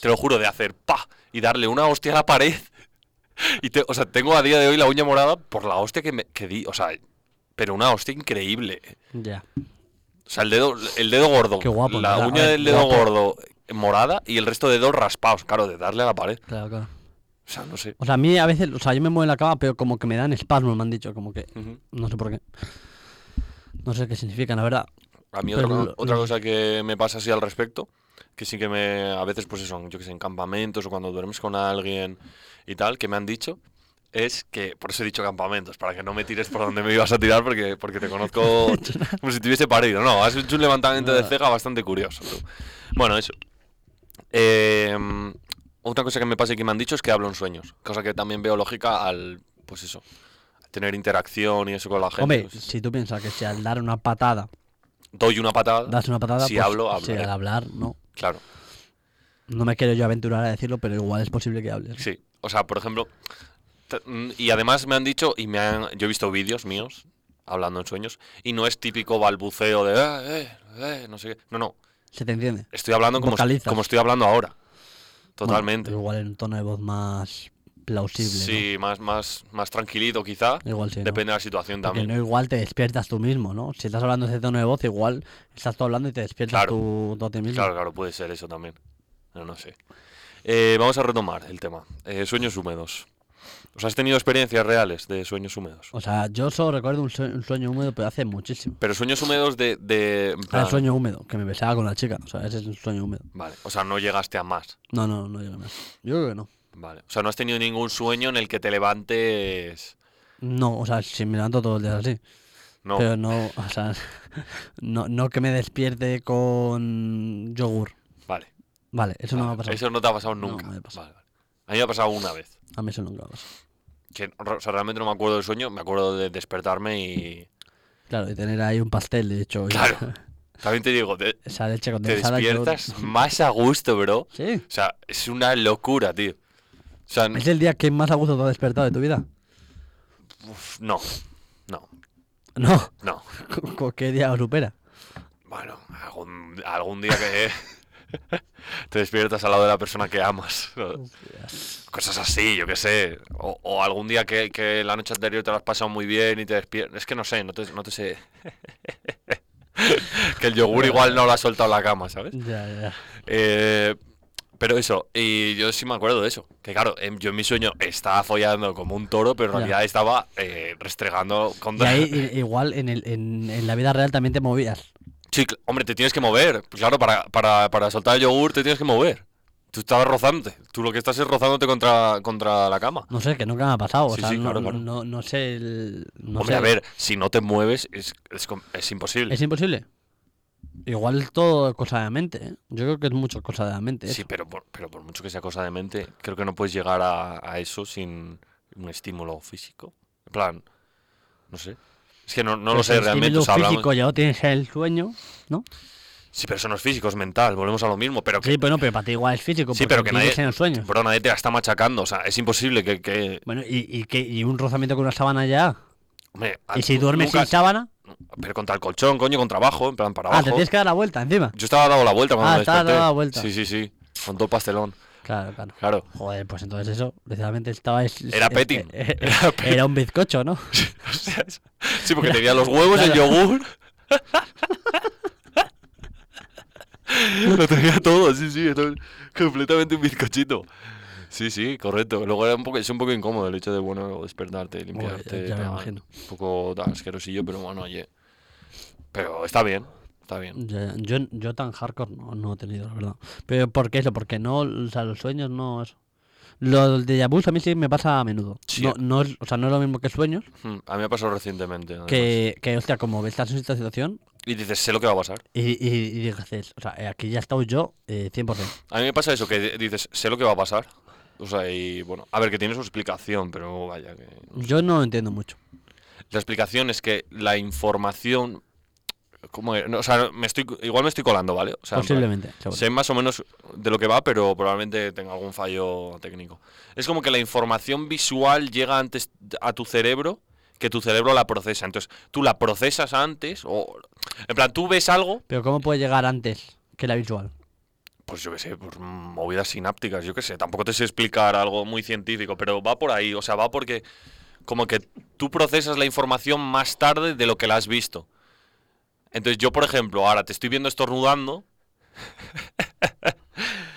Speaker 1: Te lo juro, de hacer pa y darle una hostia a la pared. Y te- o sea, tengo a día de hoy la uña morada por la hostia que, me, que di. O sea, pero una hostia increíble.
Speaker 3: Ya.
Speaker 1: O sea, el dedo, el dedo gordo.
Speaker 3: Qué guapo,
Speaker 1: La
Speaker 3: ¿verdad?
Speaker 1: uña
Speaker 3: Ay,
Speaker 1: del dedo
Speaker 3: guapo.
Speaker 1: gordo morada y el resto de dedos raspados, claro, de darle a la pared.
Speaker 3: Claro, claro.
Speaker 1: O sea, no sé.
Speaker 3: O sea, a mí a veces, o sea, yo me muevo en la cama, pero como que me dan espasmos, me han dicho, como que,
Speaker 1: Ujú.
Speaker 3: no sé por qué. No sé qué significan, la verdad.
Speaker 1: A mí otra,
Speaker 3: Pero
Speaker 1: co-
Speaker 3: lo-
Speaker 1: otra
Speaker 3: lo-
Speaker 1: cosa que me pasa así al respecto, que sí que me, a veces pues eso, yo que sé, en campamentos o cuando duermes con alguien y tal, que me han dicho, es que, por eso he dicho campamentos, para que no me tires por donde me ibas a tirar porque, porque te conozco como si te hubiese parido. No, has hecho un levantamiento de
Speaker 3: Nada.
Speaker 1: ceja bastante curioso. tú. Bueno, eso. Eh, otra cosa que me pasa y que me han dicho es que hablo en sueños, cosa que también veo lógica al, pues eso, tener interacción y eso con la gente.
Speaker 3: Hombre,
Speaker 1: pues,
Speaker 3: si tú piensas que si al dar una patada,
Speaker 1: doy una patada,
Speaker 3: das una patada,
Speaker 1: Si
Speaker 3: pues,
Speaker 1: hablo, hablo,
Speaker 3: si
Speaker 1: ¿eh?
Speaker 3: al hablar, no.
Speaker 1: claro.
Speaker 3: No me quiero yo aventurar a decirlo, pero igual es posible que hables. ¿no?
Speaker 1: Sí, o sea, por ejemplo, t- mm, y además me han dicho, y me han, yo he visto vídeos míos hablando en sueños, y no es típico balbuceo de, "Ah, eh, eh, no sé qué. No, no.
Speaker 3: ¿Se te entiende?
Speaker 1: Estoy hablando como,
Speaker 3: Vocalizas.
Speaker 1: como estoy hablando ahora.
Speaker 3: Bueno,
Speaker 1: Totalmente.
Speaker 3: igual en un tono de voz más plausible. ¿no?
Speaker 1: sí, más, más, más tranquilito quizá.
Speaker 3: Igual sí. ¿no?
Speaker 1: Depende de la situación
Speaker 3: Porque
Speaker 1: también.
Speaker 3: no igual te despiertas tú mismo, ¿no? Si estás hablando ese tono de voz, igual estás tú hablando y te despiertas
Speaker 1: Claro.
Speaker 3: tú, tú a ti mismo.
Speaker 1: Claro, claro, puede ser eso también. No, no sé. Eh, vamos a retomar el tema. Eh, sueños húmedos. ¿Os has tenido experiencias reales de sueños húmedos?
Speaker 3: O sea, yo solo recuerdo un sue- un sueño, húmedo, pero hace muchísimo.
Speaker 1: Pero sueños húmedos de... de en
Speaker 3: Era
Speaker 1: plan-
Speaker 3: el sueño húmedo, que me besaba con la chica. O sea, ese es un sueño húmedo.
Speaker 1: Vale, o sea, no llegaste a más.
Speaker 3: No, no, no llega más. Yo creo que no.
Speaker 1: Vale. O sea, no has tenido ningún sueño en el que te levantes...
Speaker 3: No, o sea, si me levanto todos los días así.
Speaker 1: No.
Speaker 3: Pero no, o sea, no, no que me despierte con yogur.
Speaker 1: Vale.
Speaker 3: Vale, eso no me
Speaker 1: vale.
Speaker 3: ha pasado.
Speaker 1: Ah, Eso no te ha pasado
Speaker 3: No,
Speaker 1: nunca.
Speaker 3: me ha pasado.
Speaker 1: Vale, vale. A mí me ha pasado una vez.
Speaker 3: A mí eso nunca me ha pasado.
Speaker 1: Que, o sea, realmente no me acuerdo del sueño, me acuerdo de despertarme y...
Speaker 3: Claro, y tener ahí un pastel, de hecho. y-
Speaker 1: Claro. También te digo, te,
Speaker 3: Esa leche
Speaker 1: te
Speaker 3: condensada. que yo-
Speaker 1: despiertas más a gusto, bro.
Speaker 3: Sí.
Speaker 1: O sea, es una locura, tío. O sea, n-
Speaker 3: ¿Es el día que más a gusto te has despertado de tu vida?
Speaker 1: uf, no, no,
Speaker 3: No.
Speaker 1: no.
Speaker 3: ¿Con qué día lo supera?
Speaker 1: Bueno, algún, algún día que te despiertas al lado de la persona que amas. ¿no? Cosas así, yo qué sé. O, o algún día que, que la noche anterior te lo has pasado muy bien y te despiertas. Es que no sé, no te, no te sé. que el yogur igual no lo has soltado en la cama, ¿sabes?
Speaker 3: Ya, ya.
Speaker 1: Eh, pero eso, y yo sí me acuerdo de eso. Que claro, em, yo en mi sueño estaba follando como un toro, pero en
Speaker 3: Ya.
Speaker 1: realidad estaba eh, restregando
Speaker 3: Y
Speaker 1: contra.
Speaker 3: ahí i- igual en, el, en, en la vida real también te movías.
Speaker 1: Sí, cl- hombre, te tienes que mover. Pues Claro, para, para, para soltar el yogur te tienes que mover. Tú estabas rozándote. Tú lo que estás es rozándote contra, contra la cama.
Speaker 3: No sé, que nunca me ha pasado. O
Speaker 1: Sí,
Speaker 3: sea,
Speaker 1: sí,
Speaker 3: no,
Speaker 1: claro,
Speaker 3: no-
Speaker 1: claro.
Speaker 3: no- no sé el. No
Speaker 1: hombre,
Speaker 3: sé,
Speaker 1: a ver, si no te mueves es, es, com- es imposible.
Speaker 3: Es imposible. Igual es todo cosa de la mente, ¿eh? Yo creo que es mucho cosa de la mente.
Speaker 1: Sí,
Speaker 3: eso.
Speaker 1: pero por, pero por mucho que sea cosa de mente, creo que no puedes llegar a, a eso sin un estímulo físico. En plan, no sé. Es que no, no lo
Speaker 3: Pues
Speaker 1: sé
Speaker 3: el
Speaker 1: realmente.
Speaker 3: estímulo
Speaker 1: o sea, hablamos-
Speaker 3: físico ya lo tienes el sueño, ¿no?
Speaker 1: Sí, pero eso no es físico, es mental. Volvemos a lo mismo. Pero que,
Speaker 3: Sí, pero no, pero para ti igual es físico.
Speaker 1: Sí,
Speaker 3: porque
Speaker 1: pero que nadie-
Speaker 3: vives en el sueño.
Speaker 1: bro, nadie te la está machacando. O sea, es imposible que. que-
Speaker 3: Bueno, y, y, que, y un rozamiento con una sábana ya.
Speaker 1: hombre,
Speaker 3: ¿Y
Speaker 1: a-
Speaker 3: si duermes
Speaker 1: Ah, nunca-
Speaker 3: sin sábana?
Speaker 1: Pero contra el colchón, coño, con trabajo, en plan para
Speaker 3: Ah,
Speaker 1: abajo.
Speaker 3: te tienes que dar la vuelta encima.
Speaker 1: Yo estaba dado la vuelta cuando
Speaker 3: Ah,
Speaker 1: me
Speaker 3: estaba dado
Speaker 1: desperté.
Speaker 3: la vuelta.
Speaker 1: Sí, sí, sí. Con todo el pastelón.
Speaker 3: Claro, claro.
Speaker 1: Claro.
Speaker 3: Joder, pues entonces eso, precisamente estaba... es-
Speaker 1: Era
Speaker 3: es-
Speaker 1: petting.
Speaker 3: eh, eh,
Speaker 1: Era petting.
Speaker 3: Era un bizcocho, ¿no?
Speaker 1: O sea, es- sí, porque tenía los huevos, el yogur. Lo tenía todo, sí, sí. era completamente un bizcochito. Sí, sí, correcto. Luego era un poco, es un poco incómodo el hecho de, bueno, despertarte, limpiarte.
Speaker 3: ya me
Speaker 1: tal.
Speaker 3: imagino.
Speaker 1: Un poco asquerosillo, pero bueno, oye. Pero está bien, está bien.
Speaker 3: Ya, Yo, yo tan hardcore no, no he tenido, la verdad. Pero ¿por qué eso? Porque no, o sea, los sueños no... Eso. Lo del déjà vu a mí sí me pasa a menudo.
Speaker 1: Sí.
Speaker 3: No, no es- o sea, no es lo mismo que sueños,
Speaker 1: Hmm, A mí me ha pasado recientemente. además.
Speaker 3: que, que, hostia, como ves, estás en esta situación
Speaker 1: Y dices, sé lo que va a pasar.
Speaker 3: y, y, y dices, o sea, eh, aquí ya he estado yo eh, 100%.
Speaker 1: A mí me pasa eso, que di- dices, sé lo que va a pasar. O sea, y bueno, a ver, que tiene su explicación, pero vaya que...
Speaker 3: Yo no entiendo mucho.
Speaker 1: La explicación es que la información... ¿Cómo era? No, o sea, me estoy, igual me estoy colando, ¿vale? O sea, en plan,
Speaker 3: Posiblemente, seguro.
Speaker 1: Sé más o menos de lo que va, pero probablemente tenga algún fallo técnico. Es como que la información visual llega antes a tu cerebro que tu cerebro la procesa. Entonces, tú la procesas antes o... En plan, tú ves algo,
Speaker 3: Pero ¿cómo puede llegar antes que la visual?
Speaker 1: pues yo qué sé, pues mm, movidas sinápticas, yo qué sé. Tampoco te sé explicar algo muy científico, pero va por ahí. O sea, va porque como que tú procesas la información más tarde de lo que la has visto. Entonces yo, por ejemplo, ahora te estoy viendo estornudando,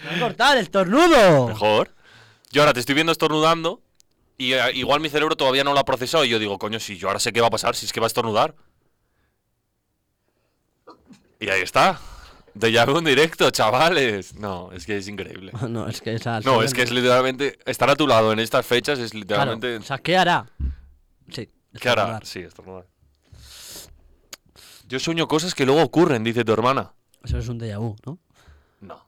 Speaker 3: ¡Me va a cortar el tornudo!
Speaker 1: Mejor. Yo ahora te estoy viendo estornudando y eh, igual mi cerebro todavía no lo ha procesado y yo digo, coño, si yo ahora sé qué va a pasar, si es que va a estornudar. Y ahí está. De Yago en directo, chavales. No, es que es increíble.
Speaker 3: No, es que esa...
Speaker 1: No, es que es literalmente estar a tu lado en estas fechas es
Speaker 3: Claro,
Speaker 1: literalmente
Speaker 3: o sea, ¿qué hará? Sí.
Speaker 1: ¿Qué hará?
Speaker 3: estornudar.
Speaker 1: Sí, estornudar. Yo sueño cosas que luego ocurren, dice tu hermana.
Speaker 3: Eso es un déjà vu, ¿no?
Speaker 1: No.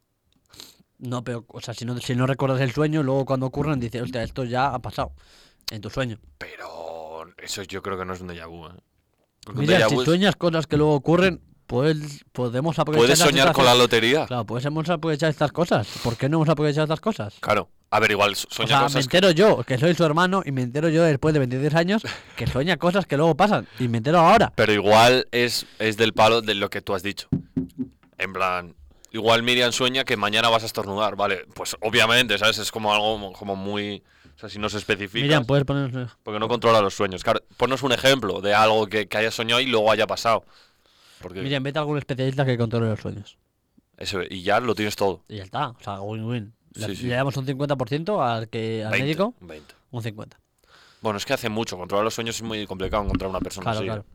Speaker 3: No, pero, o sea, si no, si no recuerdas el sueño, luego cuando ocurren dices, hostia, esto ya ha pasado en tu sueño.
Speaker 1: Pero eso yo creo que no es un déjà vu, ¿eh? Porque un
Speaker 3: Mira,
Speaker 1: déjà
Speaker 3: si
Speaker 1: vu es-
Speaker 3: sueñas cosas que luego ocurren, pues podemos aprovechar.
Speaker 1: puedes
Speaker 3: la
Speaker 1: soñar con la
Speaker 3: situación.
Speaker 1: lotería.
Speaker 3: Claro, podemos aprovechar estas cosas. ¿Por qué no hemos aprovechado estas cosas?
Speaker 1: Claro, A ver, igual
Speaker 3: O
Speaker 1: sueña
Speaker 3: sea, me
Speaker 1: cosas que-
Speaker 3: entero yo, que soy su hermano, y me entero yo después de 23 años que sueña cosas que luego pasan. Y me entero ahora.
Speaker 1: Pero igual es, es del palo de lo que tú has dicho. En plan, igual Miriam sueña que mañana vas a estornudar, ¿vale? Pues obviamente, ¿sabes? Es como algo mo- como muy... O sea, si no se especifica...
Speaker 3: Miriam, puedes ponernos.
Speaker 1: Porque no controla los sueños. Claro, ponnos un ejemplo de algo que, que haya soñado y luego haya pasado. Porque
Speaker 3: Miriam, vete a algún especialista que controle los sueños.
Speaker 1: eso, y ya lo tienes todo.
Speaker 3: Y ya está. O sea, win-win. Le,
Speaker 1: Sí, sí.
Speaker 3: le damos un 50% al, que, al
Speaker 1: 20,
Speaker 3: médico,
Speaker 1: 20.
Speaker 3: un 50.
Speaker 1: Bueno, es que hace mucho. Controlar los sueños es muy complicado encontrar una persona
Speaker 3: Claro,
Speaker 1: así.
Speaker 3: claro.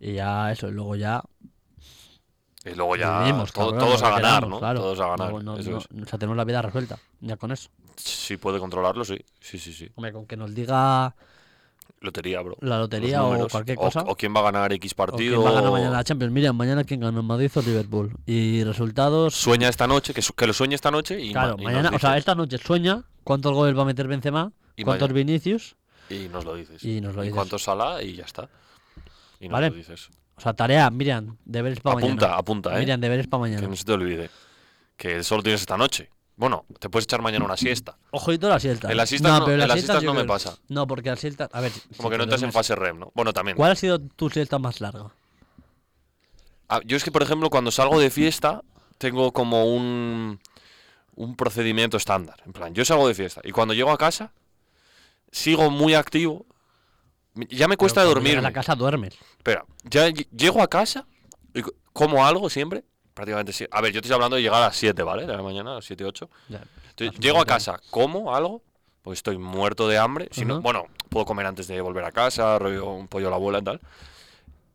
Speaker 3: Y ya eso, y luego ya
Speaker 1: Y luego Pues ya
Speaker 3: vivimos,
Speaker 1: to-
Speaker 3: cabrón,
Speaker 1: todos
Speaker 3: lo
Speaker 1: a
Speaker 3: que
Speaker 1: ganar,
Speaker 3: queramos,
Speaker 1: ¿no?
Speaker 3: claro.
Speaker 1: Todos a ganar.
Speaker 3: No- no-
Speaker 1: eso
Speaker 3: no-
Speaker 1: es.
Speaker 3: o sea, tenemos la vida resuelta, ya con eso.
Speaker 1: Si puede controlarlo, sí. Sí, sí, sí.
Speaker 3: Hombre, con que nos diga
Speaker 1: Lotería, bro.
Speaker 3: la lotería
Speaker 1: Los
Speaker 3: o
Speaker 1: números.
Speaker 3: cualquier
Speaker 1: O-
Speaker 3: cosa.
Speaker 1: O, quién va a ganar X
Speaker 3: o quién
Speaker 1: partido.
Speaker 3: va a ganar
Speaker 1: o-
Speaker 3: mañana la Champions. Mira, mañana quién gana, Madrid o Liverpool. Y resultados.
Speaker 1: Sueña esta noche, que, su- que lo sueñe esta noche y,
Speaker 3: claro,
Speaker 1: ma- y
Speaker 3: mañana,
Speaker 1: nos
Speaker 3: o sea,
Speaker 1: dices.
Speaker 3: esta noche sueña cuántos goles va a meter Benzema,
Speaker 1: Y
Speaker 3: cuántos Vinicius.
Speaker 1: Y nos lo dices.
Speaker 3: y nos lo dices.
Speaker 1: cuánto sala y ya está. Y nos
Speaker 3: Vale.
Speaker 1: lo dices.
Speaker 3: O sea, tarea, Miriam, deberes para mañana. Pues
Speaker 1: Apunta, apunta, ¿eh?
Speaker 3: Miriam, deberes para
Speaker 1: que
Speaker 3: mañana.
Speaker 1: no se te olvide. Que solo tienes esta noche. Bueno, te puedes echar mañana una siesta.
Speaker 3: Ojo y todo las siestas.
Speaker 1: En las siestas no- en las siestas
Speaker 3: yo
Speaker 1: no me
Speaker 3: creo-
Speaker 1: pasa.
Speaker 3: No, porque las siestas. A ver. si
Speaker 1: Como
Speaker 3: te
Speaker 1: que no entras en
Speaker 3: duermes-
Speaker 1: fase REM, ¿no? Bueno, también.
Speaker 3: ¿Cuál ha sido tu siesta más larga?
Speaker 1: Ah, Yo es que, por ejemplo, cuando salgo de fiesta, tengo como un, un procedimiento estándar. En plan, yo salgo de fiesta y cuando llego a casa, sigo muy activo. Me- Ya me cuesta
Speaker 3: Pero cuando
Speaker 1: dormir.
Speaker 3: llegas a la casa duermes.
Speaker 1: Espera, ya ll- llego a casa y co- como algo siempre. Prácticamente sí. A ver, yo te estoy hablando de llegar a las 7, ¿vale? De la mañana, a las 7, 8.
Speaker 3: Ya,
Speaker 1: Entonces,
Speaker 3: Más o
Speaker 1: llego a
Speaker 3: menos,
Speaker 1: casa, como algo, pues estoy muerto de hambre. Si no,
Speaker 3: Ajá.
Speaker 1: bueno, puedo comer antes de volver a casa, rollo un pollo a la abuela y tal.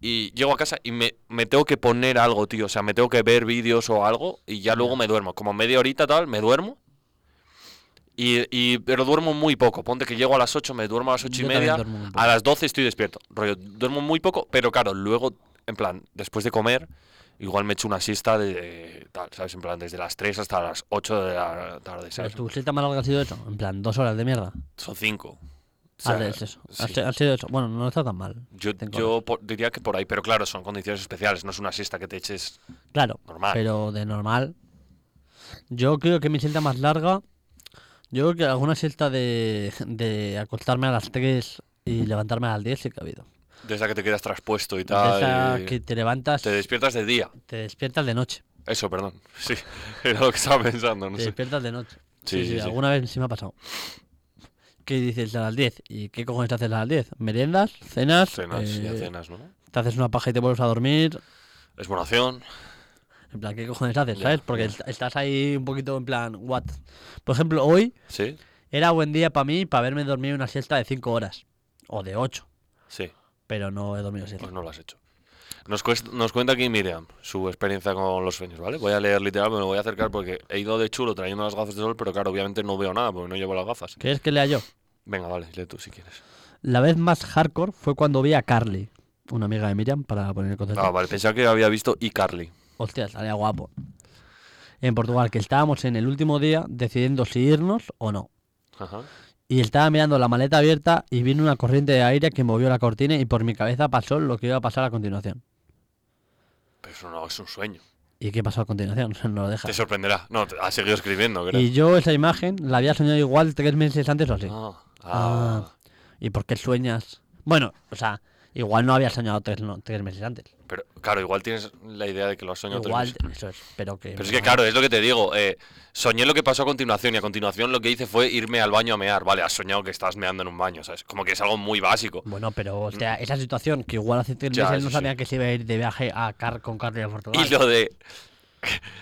Speaker 1: Y llego a casa y me, me tengo que poner algo, tío. O sea, me tengo que ver vídeos o algo y ya luego me duermo. Como media horita tal, me duermo. Y, y- pero duermo muy poco. Ponte que llego a las 8, me duermo a las 8 y
Speaker 3: Yo también
Speaker 1: media.
Speaker 3: duermo muy poco.
Speaker 1: A las 12 estoy despierto. Rollo, duermo muy poco, pero claro, luego, en plan, después de comer, igual me echo una siesta de tal, ¿sabes? En plan, desde las 3 hasta las 8 de la tarde,
Speaker 3: ¿Sabes?
Speaker 1: ¿sabes?
Speaker 3: ¿Tu siesta más larga ha sido eso? En plan, dos horas de mierda.
Speaker 1: Son 5. O
Speaker 3: Ah,
Speaker 1: sea,
Speaker 3: de- es eso. Ha
Speaker 1: sí.
Speaker 3: si- ha sido eso. Bueno, no está tan mal.
Speaker 1: Yo,
Speaker 3: Cinco
Speaker 1: yo por- diría que por ahí, pero claro, son condiciones especiales, no es una siesta que te eches.
Speaker 3: Claro,
Speaker 1: Normal.
Speaker 3: pero de normal. Yo creo que mi siesta más larga. Yo creo que alguna siesta de, de acostarme a las 3 y levantarme a las 10 sí que ha habido.
Speaker 1: Desde que te quedas traspuesto y
Speaker 3: De
Speaker 1: tal.
Speaker 3: esa
Speaker 1: y
Speaker 3: que te levantas,
Speaker 1: Te
Speaker 3: te,
Speaker 1: despiertas de día.
Speaker 3: despiertas de noche.
Speaker 1: Eso, perdón. Sí, era lo que estaba pensando, no
Speaker 3: te
Speaker 1: sé.
Speaker 3: despiertas de noche.
Speaker 1: Sí, sí, sí.
Speaker 3: alguna vez sí me ha pasado. Que dices a las 10. ¿Y qué cojones te haces a las 10? ¿Meriendas? ¿Cenas?
Speaker 1: Cenas, ya
Speaker 3: eh,
Speaker 1: cenas, ¿no?
Speaker 3: Te haces una paja y te vuelves a dormir.
Speaker 1: Es buena acción.
Speaker 3: En plan, ¿qué cojones haces?
Speaker 1: Ya,
Speaker 3: ¿Sabes? Porque
Speaker 1: ya.
Speaker 3: est- estás ahí un poquito en plan, what? Por ejemplo, hoy
Speaker 1: Sí,
Speaker 3: era buen día para mí para haberme dormido una siesta de 5 horas. O de 8.
Speaker 1: sí.
Speaker 3: Pero no he dormido siesta.
Speaker 1: Pues no lo has hecho. Nos, cuest- nos cuenta aquí Miriam su experiencia con los sueños, ¿vale? Voy a leer literal, me lo voy a acercar porque he ido de chulo trayendo las gafas de sol, pero claro, obviamente no veo nada porque no llevo las gafas.
Speaker 3: ¿Quieres que lea yo?
Speaker 1: Venga, vale, lee tú si quieres.
Speaker 3: La vez más hardcore fue cuando vi a Carly, una amiga de Miriam, para poner el concepto.
Speaker 1: Ah, vale, pensaba que había visto y Carly.
Speaker 3: Hostia, salía guapo. En Portugal, que estábamos en el último día decidiendo si irnos o no.
Speaker 1: Ajá.
Speaker 3: Y estaba mirando la maleta abierta y vino una corriente de aire que movió la cortina y por mi cabeza pasó lo que iba a pasar a continuación.
Speaker 1: Pero eso no es un sueño.
Speaker 3: ¿Y qué pasó a continuación? No lo deja.
Speaker 1: Te sorprenderá. No, te- ha seguido escribiendo, creo.
Speaker 3: Y yo esa imagen la había soñado igual tres meses antes o así.
Speaker 1: Ah,
Speaker 3: Ah.
Speaker 1: ah.
Speaker 3: ¿Y por qué sueñas? Bueno, o sea, igual no había soñado tres, no, tres meses antes.
Speaker 1: Pero claro, igual tienes la idea de que lo has soñado tres
Speaker 3: Igual,
Speaker 1: veces.
Speaker 3: eso es, pero que...
Speaker 1: Pero es que claro, es lo que te digo. eh, soñé lo que pasó a continuación y a continuación lo que hice fue irme al baño a mear. Vale, has soñado que estás meando en un baño, ¿sabes? Como que es algo muy básico.
Speaker 3: Bueno, pero o sea, esa situación que igual hace tres
Speaker 1: Ya,
Speaker 3: meses
Speaker 1: eso
Speaker 3: no
Speaker 1: sí.
Speaker 3: sabía que se iba a ir de viaje a Car con Carly a Portugal.
Speaker 1: Y lo de.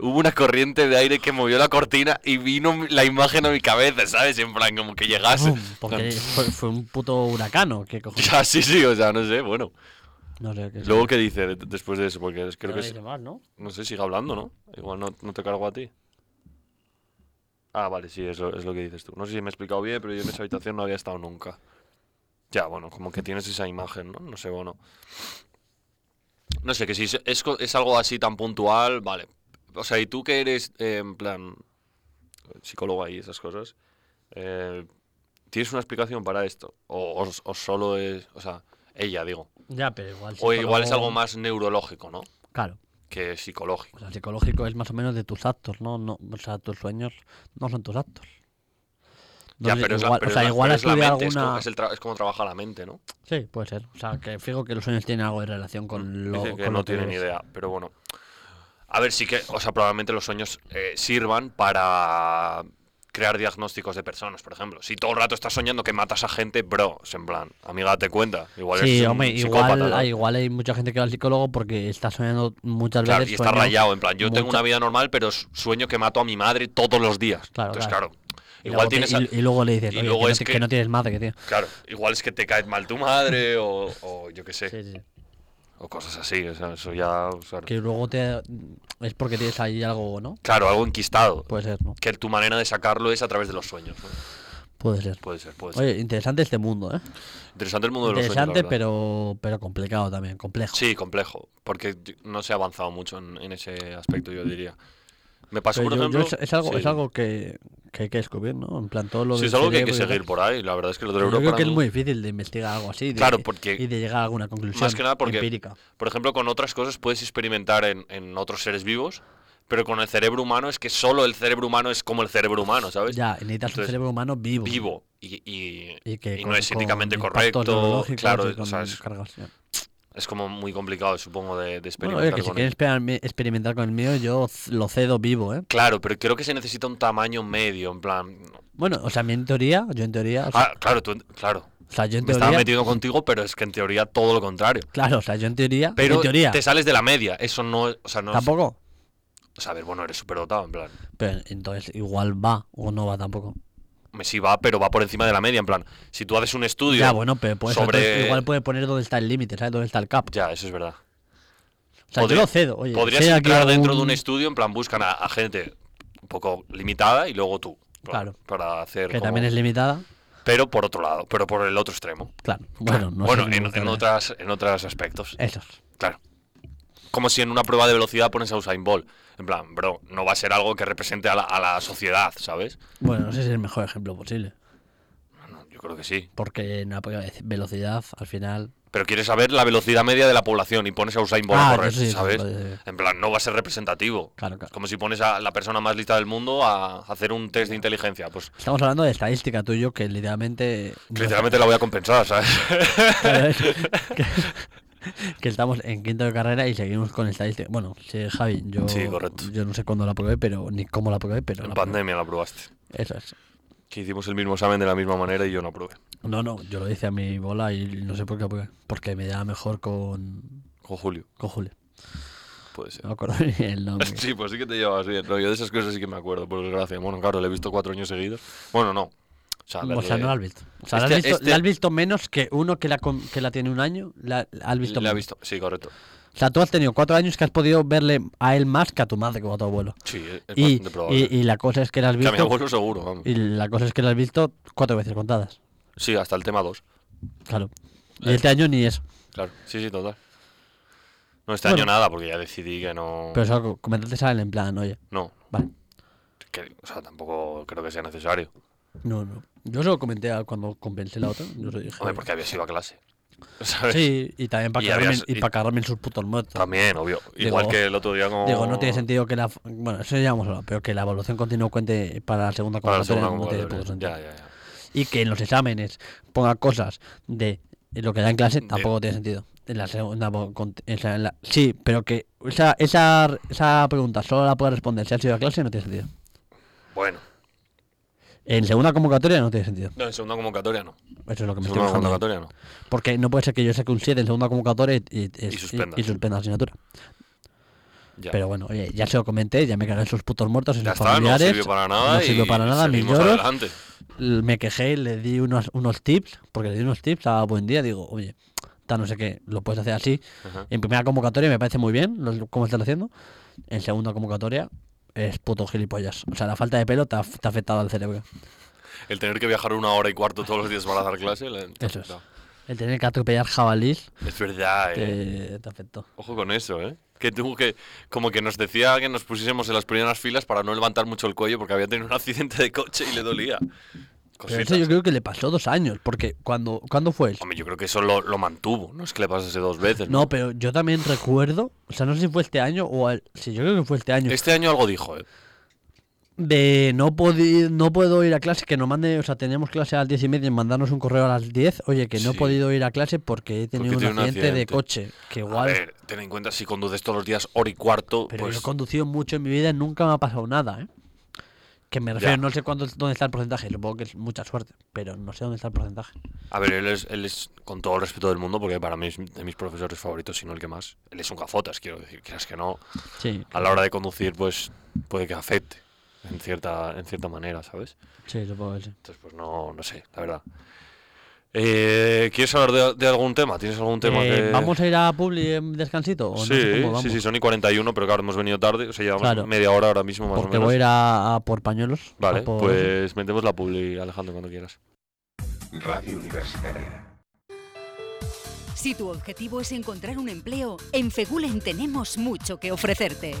Speaker 1: Hubo una corriente de aire que movió la cortina y vino la imagen a mi cabeza, ¿sabes? En plan, como que llegase.
Speaker 3: Pum, porque fue, fue un puto huracano. ¿Qué cojones?
Speaker 1: Ya, sí, sí, o sea, no sé, bueno.
Speaker 3: No sé qué es.
Speaker 1: Luego, ¿qué dice de- después de eso? Porque es- creo
Speaker 3: No
Speaker 1: que.
Speaker 3: dice
Speaker 1: es-
Speaker 3: más, ¿no?
Speaker 1: No sé, sigue hablando, ¿no? Igual no, no te cargo a ti. Ah, vale, sí, es lo, es lo que dices tú. No sé si me he explicado bien, pero yo en esa habitación no había estado nunca. Ya, bueno, como que tienes esa imagen, ¿no? No sé, bueno. No sé, que si es, es co- es algo así tan puntual, vale. O sea, y tú que eres, eh, en plan, psicólogo y esas cosas, eh, ¿tienes una explicación para esto? O, o- o solo es, o sea, ella, digo.
Speaker 3: Ya, pero igual.
Speaker 1: O igual es
Speaker 3: psicólogo-
Speaker 1: algo más neurológico, ¿no?
Speaker 3: Claro.
Speaker 1: que psicológico.
Speaker 3: O sea, psicológico es más o menos de tus actos, ¿no? no o sea, tus sueños no son tus actos.
Speaker 1: ya,
Speaker 3: Entonces,
Speaker 1: pero es la,
Speaker 3: igual,
Speaker 1: pero
Speaker 3: o sea,
Speaker 1: es la-
Speaker 3: igual
Speaker 1: pero
Speaker 3: ha
Speaker 1: es la
Speaker 3: estudiado
Speaker 1: mente, es como-
Speaker 3: alguna-
Speaker 1: es el tra- es como trabaja la mente, ¿no?
Speaker 3: Sí, puede ser. O sea, que fijo que los sueños tienen algo de relación con lo
Speaker 1: Mm. Dice que
Speaker 3: con
Speaker 1: no
Speaker 3: lo
Speaker 1: tiene ni
Speaker 3: ves.
Speaker 1: idea, pero bueno. A ver, sí que, o sea, probablemente los sueños eh, sirvan para crear diagnósticos de personas, por ejemplo. Si todo el rato estás soñando que matas a gente, bro, es en plan, amiga, te cuenta. Igual
Speaker 3: Sí,
Speaker 1: eres un
Speaker 3: hombre,
Speaker 1: psicópata,
Speaker 3: igual,
Speaker 1: ¿no?
Speaker 3: ah, igual hay mucha gente que va al psicólogo porque está soñando muchas
Speaker 1: Claro,
Speaker 3: veces. pues
Speaker 1: y está
Speaker 3: sueños-
Speaker 1: rayado, en plan, yo tengo
Speaker 3: mucha-
Speaker 1: una vida normal, pero s- sueño que mato a mi madre todos los días.
Speaker 3: Claro,
Speaker 1: Entonces,
Speaker 3: claro.
Speaker 1: claro.
Speaker 3: y
Speaker 1: Igual
Speaker 3: luego te-
Speaker 1: tienes
Speaker 3: y-
Speaker 1: a-
Speaker 3: y, luego le dices,
Speaker 1: y
Speaker 3: "Oye,
Speaker 1: luego
Speaker 3: que, no
Speaker 1: es
Speaker 3: te-
Speaker 1: que-
Speaker 3: que no tienes madre, que tío.
Speaker 1: Claro, igual es que te cae mal tu madre o, o yo qué sé,
Speaker 3: Sí, sí.
Speaker 1: o cosas así, o sea, eso ya... o sea,
Speaker 3: Que luego te. Es porque tienes ahí algo, ¿no?
Speaker 1: Claro, algo enquistado.
Speaker 3: Puede ser, ¿no?
Speaker 1: Que tu manera de sacarlo es a través de los sueños. ¿no?
Speaker 3: Puede ser.
Speaker 1: Puede ser, puede ser.
Speaker 3: Oye, interesante este mundo, ¿eh?
Speaker 1: Interesante el mundo de los sueños. la
Speaker 3: Interesante,
Speaker 1: verdad.
Speaker 3: pero, pero complicado también, complejo.
Speaker 1: Sí, complejo. Porque yo- no se ha avanzado mucho en, en ese aspecto, yo diría. Me pasó,
Speaker 3: Pero
Speaker 1: por
Speaker 3: yo- yo
Speaker 1: ejemplo.
Speaker 3: es, es algo,
Speaker 1: sí.
Speaker 3: es algo que, que hay que descubrir, ¿no? En plan, todo lo
Speaker 1: Sí,
Speaker 3: del
Speaker 1: es algo que hay que
Speaker 3: cerebro y
Speaker 1: seguir
Speaker 3: tal.
Speaker 1: por ahí. La verdad es que lo del
Speaker 3: Yo
Speaker 1: euro
Speaker 3: creo
Speaker 1: para
Speaker 3: que es
Speaker 1: mí-
Speaker 3: muy difícil de investigar algo así. de-
Speaker 1: Claro, porque-
Speaker 3: Y de llegar a alguna conclusión
Speaker 1: Más que nada porque,
Speaker 3: empírica.
Speaker 1: por ejemplo, con otras cosas puedes experimentar en, en otros seres vivos, pero con el cerebro humano es que solo el cerebro humano es como el cerebro humano, ¿sabes?
Speaker 3: Ya, y necesitas un
Speaker 1: Entonces,
Speaker 3: cerebro humano vivo.
Speaker 1: Vivo. Y, y-
Speaker 3: Y que
Speaker 1: y
Speaker 3: con-
Speaker 1: no es
Speaker 3: con
Speaker 1: éticamente
Speaker 3: impactos
Speaker 1: correcto.
Speaker 3: neurológicos
Speaker 1: Claro,
Speaker 3: y
Speaker 1: o
Speaker 3: con
Speaker 1: sea, es,
Speaker 3: cargas, ya.
Speaker 1: es como muy complicado, supongo, de, de
Speaker 3: Bueno,
Speaker 1: experimentar
Speaker 3: oye, que si
Speaker 1: con
Speaker 3: quieres
Speaker 1: él.
Speaker 3: experime- experimentar con el mío, yo c- lo cedo vivo, ¿eh?
Speaker 1: Claro, pero creo que se necesita un tamaño medio, en plan.
Speaker 3: Bueno, o sea, a mí en teoría, yo en teoría, o sea,
Speaker 1: Ah, claro, tú, claro.
Speaker 3: o sea, yo en
Speaker 1: Me estaba
Speaker 3: teoría,
Speaker 1: metido contigo, pero es que en teoría todo lo contrario.
Speaker 3: claro, o sea, yo en teoría,
Speaker 1: Pero
Speaker 3: en teoría,
Speaker 1: te sales de la media. Eso no es. O sea, no es-
Speaker 3: tampoco,
Speaker 1: o sea, a ver, bueno, eres superdotado, en plan.
Speaker 3: pero entonces igual va o no va tampoco.
Speaker 1: Messi va, pero va por encima de la media. En plan, si tú haces un estudio.
Speaker 3: ya, bueno, pero puedes,
Speaker 1: sobre-
Speaker 3: entonces igual puede poner dónde está el límite, ¿sabes? Dónde está el cap.
Speaker 1: Ya, eso es verdad.
Speaker 3: O sea,
Speaker 1: Podría-
Speaker 3: yo lo cedo, oye.
Speaker 1: Podrías
Speaker 3: si hay aquí
Speaker 1: entrar dentro de un
Speaker 3: algún-
Speaker 1: estudio, en plan, buscan a, a gente un poco limitada y luego tú. en plan,
Speaker 3: Claro.
Speaker 1: Para hacer.
Speaker 3: Que
Speaker 1: como-
Speaker 3: también es limitada,
Speaker 1: Pero por otro lado, pero por el otro extremo.
Speaker 3: claro. Bueno, no
Speaker 1: bueno,
Speaker 3: sé si
Speaker 1: en,
Speaker 3: me
Speaker 1: en
Speaker 3: gusta.
Speaker 1: otras, en otros aspectos.
Speaker 3: Esos.
Speaker 1: Claro. Como si en una prueba de velocidad pones a Usain Bolt. En plan, bro, no va a ser algo que represente a la, a la sociedad, ¿sabes?
Speaker 3: Bueno, no sé si es el mejor ejemplo posible.
Speaker 1: No, yo creo que sí.
Speaker 3: Porque en la ve- velocidad, al final.
Speaker 1: Pero quieres saber la velocidad media de la población y pones a Usain Bolt
Speaker 3: Ah,
Speaker 1: a correr,
Speaker 3: eso sí, eso
Speaker 1: ¿sabes?
Speaker 3: puede ser.
Speaker 1: En plan, no va a ser representativo.
Speaker 3: Claro, claro.
Speaker 1: Es como si pones a la persona más lista del mundo a hacer un test de inteligencia. Pues
Speaker 3: Estamos hablando de estadística tuyo, que literalmente.
Speaker 1: literalmente la voy a compensar, ¿sabes?
Speaker 3: Claro, es que, que estamos en quinto de carrera y seguimos con estadística. Bueno, sí, Javi, yo,
Speaker 1: Sí, correcto.
Speaker 3: yo no sé cuándo la probé, pero ni cómo la probé, pero.
Speaker 1: en
Speaker 3: la probé.
Speaker 1: pandemia la probaste.
Speaker 3: Eso es.
Speaker 1: Que hicimos el mismo examen de la misma manera y yo no probé.
Speaker 3: No, no, yo lo hice a mi bola y no sé por qué la probé. Porque me daba mejor con,
Speaker 1: Con Julio,
Speaker 3: con Julio.
Speaker 1: puede ser.
Speaker 3: No me acuerdo ni el nombre.
Speaker 1: Sí, pues sí que te llevabas bien. No, yo de esas cosas sí que me acuerdo, por desgracia. Bueno, claro, le he visto cuatro años seguidos. Bueno, no. O sea, la
Speaker 3: O sea,
Speaker 1: le-
Speaker 3: no la has visto. O sea, la
Speaker 1: Este-
Speaker 3: has visto,
Speaker 1: este-
Speaker 3: la has visto menos que uno que la, con- que la tiene un año. La, la has visto
Speaker 1: le he
Speaker 3: menos.
Speaker 1: visto. Sí, correcto.
Speaker 3: O sea, tú has tenido cuatro años que has podido verle a él más que a tu madre como a tu abuelo.
Speaker 1: Sí, es es
Speaker 3: Y,
Speaker 1: bastante probable.
Speaker 3: y, y la cosa es que la has
Speaker 1: Que a mi
Speaker 3: visto.
Speaker 1: abuelo seguro, vamos.
Speaker 3: Y la cosa es que la has visto cuatro veces contadas.
Speaker 1: Sí, hasta el tema 2.
Speaker 3: Claro. Y
Speaker 1: Eh.
Speaker 3: este año ni eso.
Speaker 1: Claro, sí, sí, total. No, este
Speaker 3: Bueno.
Speaker 1: año nada, porque ya decidí que no.
Speaker 3: Pero eso co- comentaste a él en plan, oye,
Speaker 1: No,
Speaker 3: vale.
Speaker 1: que- o sea, tampoco creo que sea necesario.
Speaker 3: No, no. Yo se lo comenté a- cuando compensé la otra. Yo se lo dije.
Speaker 1: Hombre, porque habías ido a clase. ¿Sabes?
Speaker 3: Sí, y también para
Speaker 1: Y
Speaker 3: cagarme,
Speaker 1: habías-
Speaker 3: y
Speaker 1: y-
Speaker 3: para cagarme en sus putos muertos.
Speaker 1: También, obvio.
Speaker 3: Digo-
Speaker 1: Igual que el otro día como.
Speaker 3: Digo, no tiene sentido que la. f- Bueno, eso ya hemos hablado, pero que la evaluación continua cuente para la segunda
Speaker 1: Para la segunda
Speaker 3: convocatoria no tiene
Speaker 1: convocatoria.
Speaker 3: puto sentido.
Speaker 1: Ya, ya, ya.
Speaker 3: Y que en los exámenes ponga cosas de lo que da en clase tampoco tiene sentido. En la segunda. po- con- o sea, en la- sí, pero que esa, esa, esa pregunta solo la pueda responder si ha sido a clase no tiene sentido.
Speaker 1: Bueno,
Speaker 3: En segunda convocatoria no tiene sentido.
Speaker 1: no, en segunda convocatoria no.
Speaker 3: Eso es lo que
Speaker 1: En
Speaker 3: me estoy
Speaker 1: segunda
Speaker 3: buscando.
Speaker 1: convocatoria no.
Speaker 3: Porque no puede ser que yo saque un 7 en segunda convocatoria y, y, es- y-
Speaker 1: suspendas.
Speaker 3: y suspenda la asignatura.
Speaker 1: Ya.
Speaker 3: Pero bueno, oye, ya se lo comenté, ya me cagué en sus putos muertos, en
Speaker 1: ya
Speaker 3: sus
Speaker 1: está, no
Speaker 3: familiares.
Speaker 1: sirvió para nada.
Speaker 3: no sirvió
Speaker 1: y
Speaker 3: para nada, mis
Speaker 1: seguimos
Speaker 3: lloros.
Speaker 1: adelante.
Speaker 3: l- me quejé, le di unos, unos tips, porque le di unos tips a Buen Día, digo, oye, tal no sé qué, lo puedes hacer así.
Speaker 1: Ajá.
Speaker 3: En primera convocatoria me parece muy bien lo- cómo estás haciendo. En segunda convocatoria es puto gilipollas. O sea, la falta de pelo te ha, te ha afectado al cerebro.
Speaker 1: El tener que viajar una hora y cuarto todos los días para dar clase. le-
Speaker 3: Eso es. El tener que atropellar jabalís
Speaker 1: Es verdad, eh.
Speaker 3: te, te afectó.
Speaker 1: Ojo con eso, ¿eh? Que tuvo que, como que nos decía que nos pusiésemos en las primeras filas para no levantar mucho el cuello porque había tenido un accidente de coche y le dolía.
Speaker 3: Pero
Speaker 1: Cositas.
Speaker 3: eso yo creo que le pasó dos años, porque cuando, ¿cuándo fue eso?
Speaker 1: Hombre, yo creo que eso lo, lo mantuvo. No es que le pasase dos veces.
Speaker 3: No, pero yo también recuerdo, o sea, no sé si fue este año o al- sí, yo creo que fue este año,
Speaker 1: Este año algo dijo, ¿eh?
Speaker 3: de no, podi- no puedo ir a clase, que nos mande, o sea, teníamos clase a las diez y media y mandarnos un correo a las 10, oye, que no he
Speaker 1: Sí.
Speaker 3: podido ir a clase porque he tenido
Speaker 1: tiene
Speaker 3: un,
Speaker 1: un
Speaker 3: accidente de
Speaker 1: accidente.
Speaker 3: coche, que
Speaker 1: A
Speaker 3: igual,
Speaker 1: ver, ten en cuenta si conduces todos los días hora y cuarto,
Speaker 3: pero
Speaker 1: pues
Speaker 3: yo he conducido mucho en mi vida y nunca me ha pasado nada, ¿eh? Que me refiero,
Speaker 1: Ya.
Speaker 3: no sé cuánto, dónde está el porcentaje, supongo que es mucha suerte, pero no sé dónde está el porcentaje.
Speaker 1: A ver, él es, él es, con todo el respeto del mundo, porque para mí es de mis profesores favoritos, si no el que más. Él es un gafotas, quiero decir, quieras que no.
Speaker 3: Sí,
Speaker 1: A la hora de conducir, pues puede que afecte, en cierta, en cierta manera, ¿sabes?
Speaker 3: sí, supongo que sí.
Speaker 1: Entonces, pues no, no sé, la verdad. Eh, ¿Quieres hablar de, de algún tema? ¿Tienes algún tema
Speaker 3: Eh,
Speaker 1: que...?
Speaker 3: ¿Vamos a ir a Publi en descansito? ¿O no
Speaker 1: sí,
Speaker 3: sé cómo vamos?
Speaker 1: sí, sí, son y 41, pero claro, hemos venido tarde, o sea, llevamos
Speaker 3: Claro.
Speaker 1: media hora ahora mismo más
Speaker 3: Porque
Speaker 1: o menos.
Speaker 3: voy a ir a, a por pañuelos. a
Speaker 1: Vale,
Speaker 3: por-
Speaker 1: pues metemos la publi, Alejandro, cuando quieras.
Speaker 4: Radio Universitaria.
Speaker 5: Si tu objetivo es encontrar un empleo, en Fegulen tenemos mucho que ofrecerte.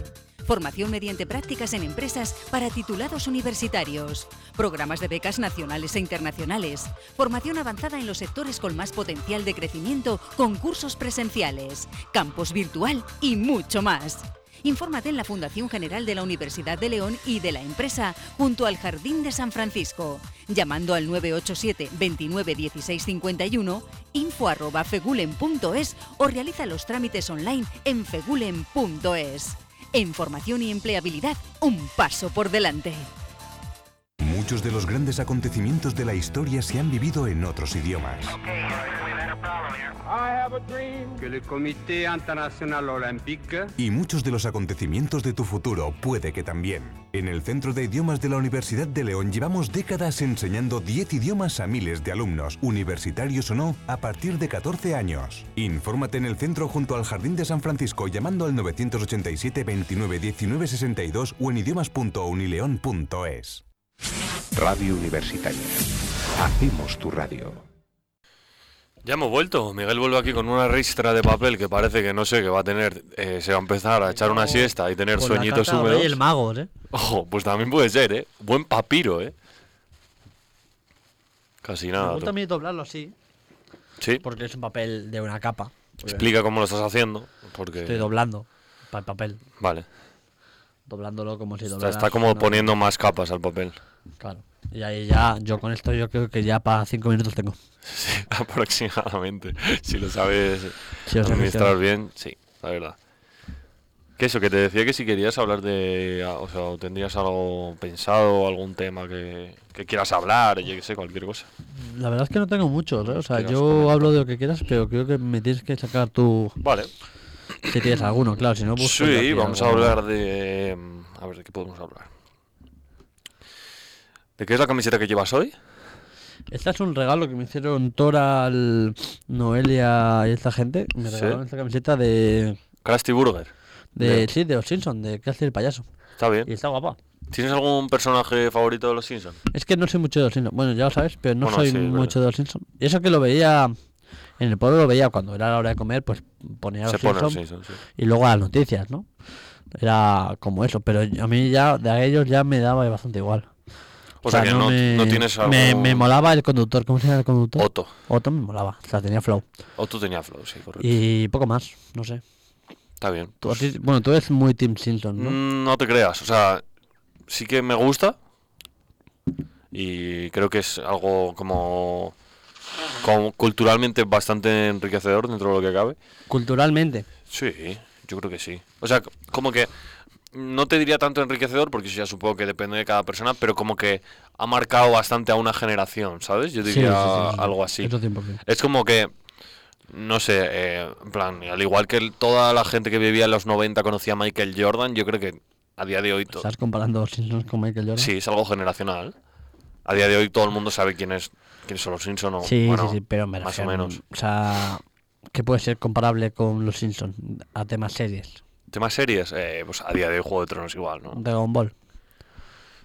Speaker 5: Formación mediante prácticas en empresas para titulados universitarios, programas de becas nacionales e internacionales, formación avanzada en los sectores con más potencial de crecimiento, concursos presenciales, campus virtual y mucho más. Infórmate en la Fundación General de la Universidad de León y de la empresa junto al Jardín de San Francisco, llamando al 987 29 16 51, info arroba fegulen.es o realiza los trámites online en fegulen.es. En formación y empleabilidad, un paso por delante.
Speaker 6: Muchos de los grandes acontecimientos de la historia se han vivido en otros idiomas.
Speaker 7: que le Comité international olympique
Speaker 6: Y muchos de los acontecimientos de tu futuro puede que también. En el Centro de Idiomas de la Universidad de León llevamos décadas enseñando 10 idiomas a miles de alumnos, universitarios o no, a partir de 14 años. Infórmate en el centro junto al Jardín de San Francisco llamando al 987 29 19 62 o en idiomas.unileón.es.
Speaker 4: Radio Universitaria. Hacemos tu radio.
Speaker 1: Ya hemos vuelto. Miguel vuelve aquí con una ristra de papel que parece que no sé, que va a tener. eh, se va a empezar a echar una siesta y tener
Speaker 3: con la
Speaker 1: sueñitos
Speaker 3: carta
Speaker 1: húmedos.
Speaker 3: Rey el mago, ¿eh?
Speaker 1: Ojo, pues también puede ser, ¿eh? Buen papiro, ¿eh? Casi
Speaker 3: Me
Speaker 1: nada.
Speaker 3: gusta a
Speaker 1: Ah, tú.
Speaker 3: mí doblarlo así,
Speaker 1: Sí,
Speaker 3: porque es un papel de una capa.
Speaker 1: explica cómo lo estás haciendo. Porque.
Speaker 3: Estoy doblando pa- el papel,
Speaker 1: Vale.
Speaker 3: doblándolo como si
Speaker 1: Está-
Speaker 3: doblara.
Speaker 1: está como
Speaker 3: una-
Speaker 1: poniendo más capas al papel.
Speaker 3: Claro. Y ahí ya, yo con esto yo creo que ya para cinco minutos tengo.
Speaker 1: Sí, aproximadamente. Si lo sabes
Speaker 3: Si lo sabes
Speaker 1: administrar bien, sí, la verdad. Que eso, que te decía que si querías hablar de. O sea, o tendrías algo pensado, algún tema que, que quieras hablar, yo que sé, cualquier cosa.
Speaker 3: La verdad es que no tengo muchos, ¿eh? O sea,
Speaker 1: Quieras
Speaker 3: yo
Speaker 1: comentar.
Speaker 3: hablo de lo que quieras, pero creo que me tienes que sacar tú,
Speaker 1: Vale.
Speaker 3: si tienes alguno, claro, si no pues, busco yo
Speaker 1: Sí,
Speaker 3: aquí
Speaker 1: vamos a
Speaker 3: alguno.
Speaker 1: hablar de. mm, A ver, ¿de qué podemos hablar? ¿De qué es la camiseta que llevas hoy?
Speaker 3: Esta Este es un regalo que me hicieron Toral, Noelia y esta gente. Me
Speaker 1: Sí.
Speaker 3: regalaron esta camiseta de.
Speaker 1: Krusty Burger.
Speaker 3: de
Speaker 1: Bien.
Speaker 3: sí, de los Simpsons, de Krusty el payaso.
Speaker 1: Está
Speaker 3: Y
Speaker 1: bien.
Speaker 3: está guapa.
Speaker 1: ¿Tienes algún personaje favorito de los Simpsons?
Speaker 3: Es que no soy mucho de los Simpsons. Bueno, ya lo sabes, pero no
Speaker 1: Bueno,
Speaker 3: soy
Speaker 1: sí, es verdad.
Speaker 3: mucho de los Simpsons. Y eso que lo veía. En el pueblo lo veía cuando era la hora de comer, pues ponía a
Speaker 1: Se
Speaker 3: los
Speaker 1: pone los
Speaker 3: Simpsons
Speaker 1: Simpsons, sí.
Speaker 3: y luego a las noticias, ¿no? Era como eso, pero a mí ya, de a ellos ya me daba bastante igual.
Speaker 1: O sea, que no, no tienes algo.
Speaker 3: me, me molaba el conductor, ¿cómo se llama el conductor?
Speaker 1: Otto.
Speaker 3: Otto me molaba, o sea, tenía flow.
Speaker 1: Otto tenía flow, sí, correcto.
Speaker 3: Y poco más, no sé.
Speaker 1: Está bien.
Speaker 3: Tú a ti- bueno, tú eres muy Team Simpson, ¿no?
Speaker 1: Mm, No te creas, o sea, sí que me gusta y creo que es algo como, como culturalmente bastante enriquecedor dentro de lo que cabe.
Speaker 3: Culturalmente.
Speaker 1: Sí, yo creo que sí. O sea, c- como que no te diría tanto enriquecedor porque eso ya supongo que depende de cada persona, pero como que ha marcado bastante a una generación, ¿sabes? Yo
Speaker 3: Sí,
Speaker 1: diría
Speaker 3: sí, sí, sí, sí.
Speaker 1: algo así.
Speaker 3: Eso 100%.
Speaker 1: Es como que, no sé, eh, en plan, al igual que el- toda la gente que vivía en los 90 conocía a Michael Jordan, yo creo que a día de hoy todo.
Speaker 3: ¿Estás comparando los Simpsons con Michael Jordan?
Speaker 1: Sí, es algo generacional. A día de hoy todo el mundo sabe quién es quiénes son los Simpson o
Speaker 3: sí,
Speaker 1: bueno,
Speaker 3: sí, sí, pero me
Speaker 1: más o
Speaker 3: refiero,
Speaker 1: menos.
Speaker 3: O sea, ¿qué puede ser comparable con los Simpsons a temas series?
Speaker 1: Temas series, eh, pues a día de hoy Juego de Tronos igual, ¿no?
Speaker 3: Dragon Ball.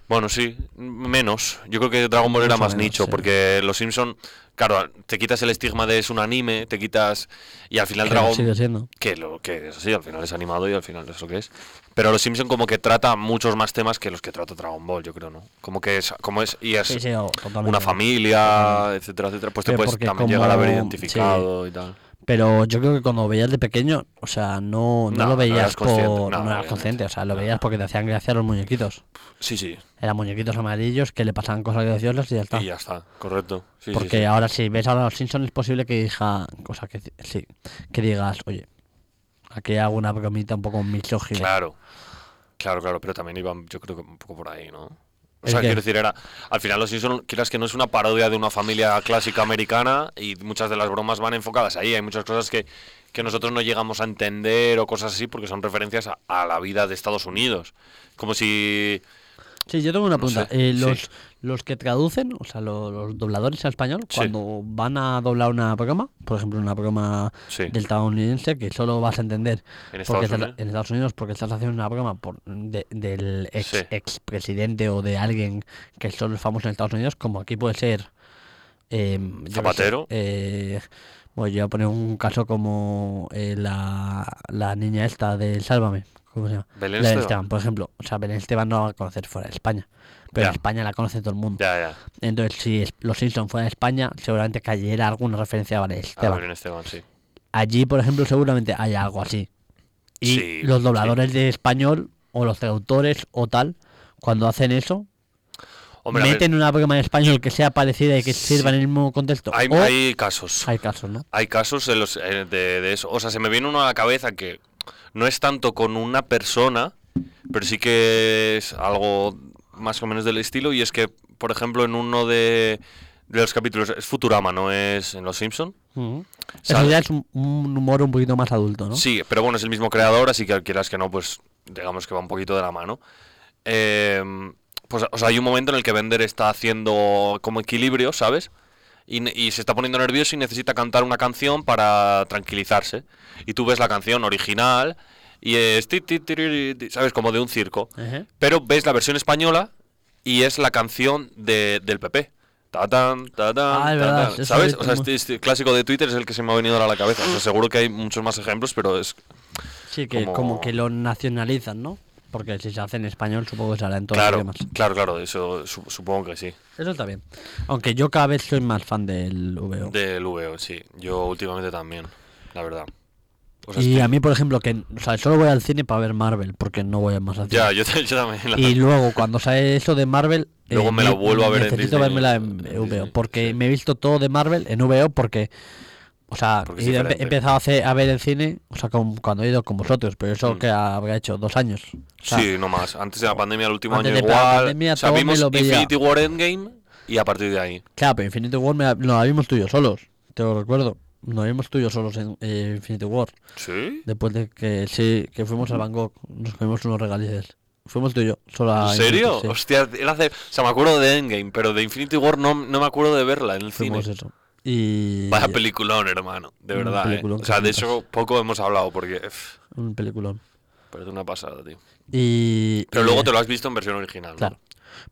Speaker 1: Bueno, sí, m- menos. Yo creo que Dragon Ball era
Speaker 3: Mucho
Speaker 1: más
Speaker 3: menos,
Speaker 1: nicho,
Speaker 3: sí.
Speaker 1: porque los Simpson, claro, te quitas el estigma de es un anime, te quitas y al final
Speaker 3: que
Speaker 1: Dragon
Speaker 3: sigue siendo.
Speaker 1: que lo que es así, al final es animado y al final es lo que es. Pero los Simpson como que trata muchos más temas que los que trata Dragon Ball, yo creo, ¿no? Como que es, como es, y es
Speaker 3: Sí, sí, o- totalmente.
Speaker 1: una familia, etcétera, etcétera, pues te
Speaker 3: Pero
Speaker 1: puedes
Speaker 3: porque
Speaker 1: también
Speaker 3: como-
Speaker 1: llegar a haber
Speaker 3: sí.
Speaker 1: identificado y tal.
Speaker 3: Pero yo creo que cuando veías de pequeño, o sea, no, no,
Speaker 1: No,
Speaker 3: lo
Speaker 1: no
Speaker 3: veías
Speaker 1: eras consciente,
Speaker 3: por.
Speaker 1: no,
Speaker 3: No, eras
Speaker 1: obviamente.
Speaker 3: consciente, o sea, lo
Speaker 1: No.
Speaker 3: veías porque te hacían gracia los muñequitos.
Speaker 1: Sí, sí,
Speaker 3: Eran muñequitos amarillos que le pasaban cosas graciosas y ya está.
Speaker 1: y ya está, correcto. Sí, sí,
Speaker 3: Ah. porque
Speaker 1: sí.
Speaker 3: ahora, si ves ahora los Simpsons, es posible que diga. Cosa que sí, que digas, oye, aquí hago una bromita un poco misógina.
Speaker 1: Claro, claro, claro, pero también iban, yo creo que un poco por ahí, ¿no? O
Speaker 3: ¿El
Speaker 1: sea,
Speaker 3: qué?
Speaker 1: quiero decir, era, al final los Simpson, quieras que no es una parodia de una familia clásica americana y muchas de las bromas van enfocadas ahí. Hay muchas cosas que, que nosotros no llegamos a entender o cosas así porque son referencias a, a la vida de Estados Unidos. Como si...
Speaker 3: Sí, yo tengo una
Speaker 1: No
Speaker 3: pregunta.
Speaker 1: sé,
Speaker 3: Eh,
Speaker 1: sí.
Speaker 3: los, los que traducen, o sea, lo- los, dobladores al español,
Speaker 1: Sí.
Speaker 3: cuando van a doblar una broma, por ejemplo, una broma
Speaker 1: Sí.
Speaker 3: del estadounidense que solo vas a entender
Speaker 1: En
Speaker 3: porque
Speaker 1: Estados
Speaker 3: estás-
Speaker 1: Unidos.
Speaker 3: en Estados Unidos porque estás haciendo una broma por, de- del ex,
Speaker 1: Sí.
Speaker 3: presidente o de alguien que solo es famoso en Estados Unidos, como aquí puede ser. eh, yo qué sé,
Speaker 1: Zapatero.
Speaker 3: eh, bueno, yo voy a poner un caso como eh, la, la niña esta de Sálvame. ¿Cómo se llama?
Speaker 1: Belén
Speaker 3: La de
Speaker 1: Esteban.
Speaker 3: Esteban, por ejemplo. O sea, Belén Esteban no la va a conocer fuera de España. Pero
Speaker 1: Ya.
Speaker 3: en España la conoce todo el mundo.
Speaker 1: Ya, ya.
Speaker 3: Entonces, si es- los Simpsons fueran de España, seguramente cayera alguna referencia a Belén
Speaker 1: A
Speaker 3: Esteban.
Speaker 1: ver, en Esteban, sí.
Speaker 3: Allí, por ejemplo, seguramente hay algo así. Y
Speaker 1: Sí,
Speaker 3: los
Speaker 1: sí.
Speaker 3: dobladores de español o los traductores o tal, cuando hacen eso,
Speaker 1: Hombre, a ver,
Speaker 3: meten una broma en español que sea parecida y que sirva en el mismo contexto.
Speaker 1: hay,
Speaker 3: o
Speaker 1: hay casos.
Speaker 3: hay casos, ¿no?
Speaker 1: Hay casos en los, eh, de, de eso. O sea, se me viene uno a la cabeza que no es tanto con una persona, pero sí que es algo más o menos del estilo. Y es que, por ejemplo, en uno de, de los capítulos, es Futurama, ¿no? Es en Los Simpson.
Speaker 3: Ujú. Eso
Speaker 1: Sale-
Speaker 3: ya es un, un humor un poquito más adulto, ¿no?
Speaker 1: Sí, pero bueno, es el mismo creador, así que quieras que no, pues digamos que va un poquito de la mano. Eh, pues, o sea, hay un momento en el que Bender está haciendo como equilibrio, ¿sabes? Y, ne- y se está poniendo nervioso y necesita cantar una canción para tranquilizarse. Y tú ves la canción original y es... ti, ti, tiriri, ti, ¿Sabes? Como de un circo.
Speaker 3: Ejé.
Speaker 1: Pero ves la versión española y es la canción de- del PP. Ta-tan, ta-tan,
Speaker 3: Ah, es verdad,
Speaker 1: ta-tan,
Speaker 3: eso
Speaker 1: ¿Sabes?
Speaker 3: es
Speaker 1: O sea,
Speaker 3: como-
Speaker 1: este, este clásico de Twitter es el que se me ha venido ahora a la cabeza. O sea, seguro que hay muchos más ejemplos, pero es.
Speaker 3: Sí, que como...
Speaker 1: Como-
Speaker 3: que lo nacionalizan, ¿no? Porque si se hace en español, supongo que se hará en todos
Speaker 1: Claro,
Speaker 3: los idiomas.
Speaker 1: claro, claro, eso su- supongo que sí.
Speaker 3: Eso está bien. Aunque yo cada vez soy más fan del VO.
Speaker 1: Del VO, sí. Yo últimamente también, la verdad. O sea,
Speaker 3: y
Speaker 1: estoy-
Speaker 3: a mí, por ejemplo, que o sea, solo voy al cine para ver Marvel, porque no voy a más al cine.
Speaker 1: Ya, yo, ta- yo también. la-
Speaker 3: Y luego, cuando sale eso de Marvel. eh,
Speaker 1: Luego me la
Speaker 3: ne-
Speaker 1: vuelvo a ver en
Speaker 3: Necesito
Speaker 1: Disney,
Speaker 3: vermela
Speaker 1: en
Speaker 3: en,
Speaker 1: Disney,
Speaker 3: VO. Porque
Speaker 1: sí.
Speaker 3: me he visto todo de Marvel en VO. Porque. O sea,
Speaker 1: Porque es
Speaker 3: he ido- he
Speaker 1: diferente.
Speaker 3: empezado a, hacer- a ver el cine. O sea, con- cuando he ido con vosotros. Pero eso que habrá hecho dos años. o sea,
Speaker 1: Mm. sí, no más. Antes de la pandemia, el último
Speaker 3: antes
Speaker 1: año
Speaker 3: de la
Speaker 1: igual.
Speaker 3: pandemia,
Speaker 1: o sea,
Speaker 3: todo me
Speaker 1: vimos
Speaker 3: lo veía.
Speaker 1: Infinity War Endgame y a partir de ahí.
Speaker 3: Claro, pero Infinity War me la, nos la vimos tú y yo solos. Te lo recuerdo. Nos vimos tú y yo solos en eh, Infinity War.
Speaker 1: ¿Sí?
Speaker 3: Después de que sí, que fuimos al Bangkok. Nos comimos unos regalices. Fuimos tú y yo. Solo a
Speaker 1: ¿En serio?
Speaker 3: Ah, Infinity, sí.
Speaker 1: Hostia, era hace- o sea, me acuerdo de Endgame, pero de Infinity War no, no me acuerdo de verla en el cine.
Speaker 3: Fuimos eso. Y.
Speaker 1: Vaya peliculón, hermano, de
Speaker 3: Un
Speaker 1: verdad. ¿eh?
Speaker 3: peliculón
Speaker 1: O
Speaker 3: que
Speaker 1: sea, de
Speaker 3: flipas.
Speaker 1: eso poco hemos hablado porque pff,
Speaker 3: Un peliculón.
Speaker 1: parece una pasada, tío.
Speaker 3: Y.
Speaker 1: Pero
Speaker 3: y,
Speaker 1: luego
Speaker 3: eh,
Speaker 1: te lo has visto en versión original. ¿no?
Speaker 3: Claro.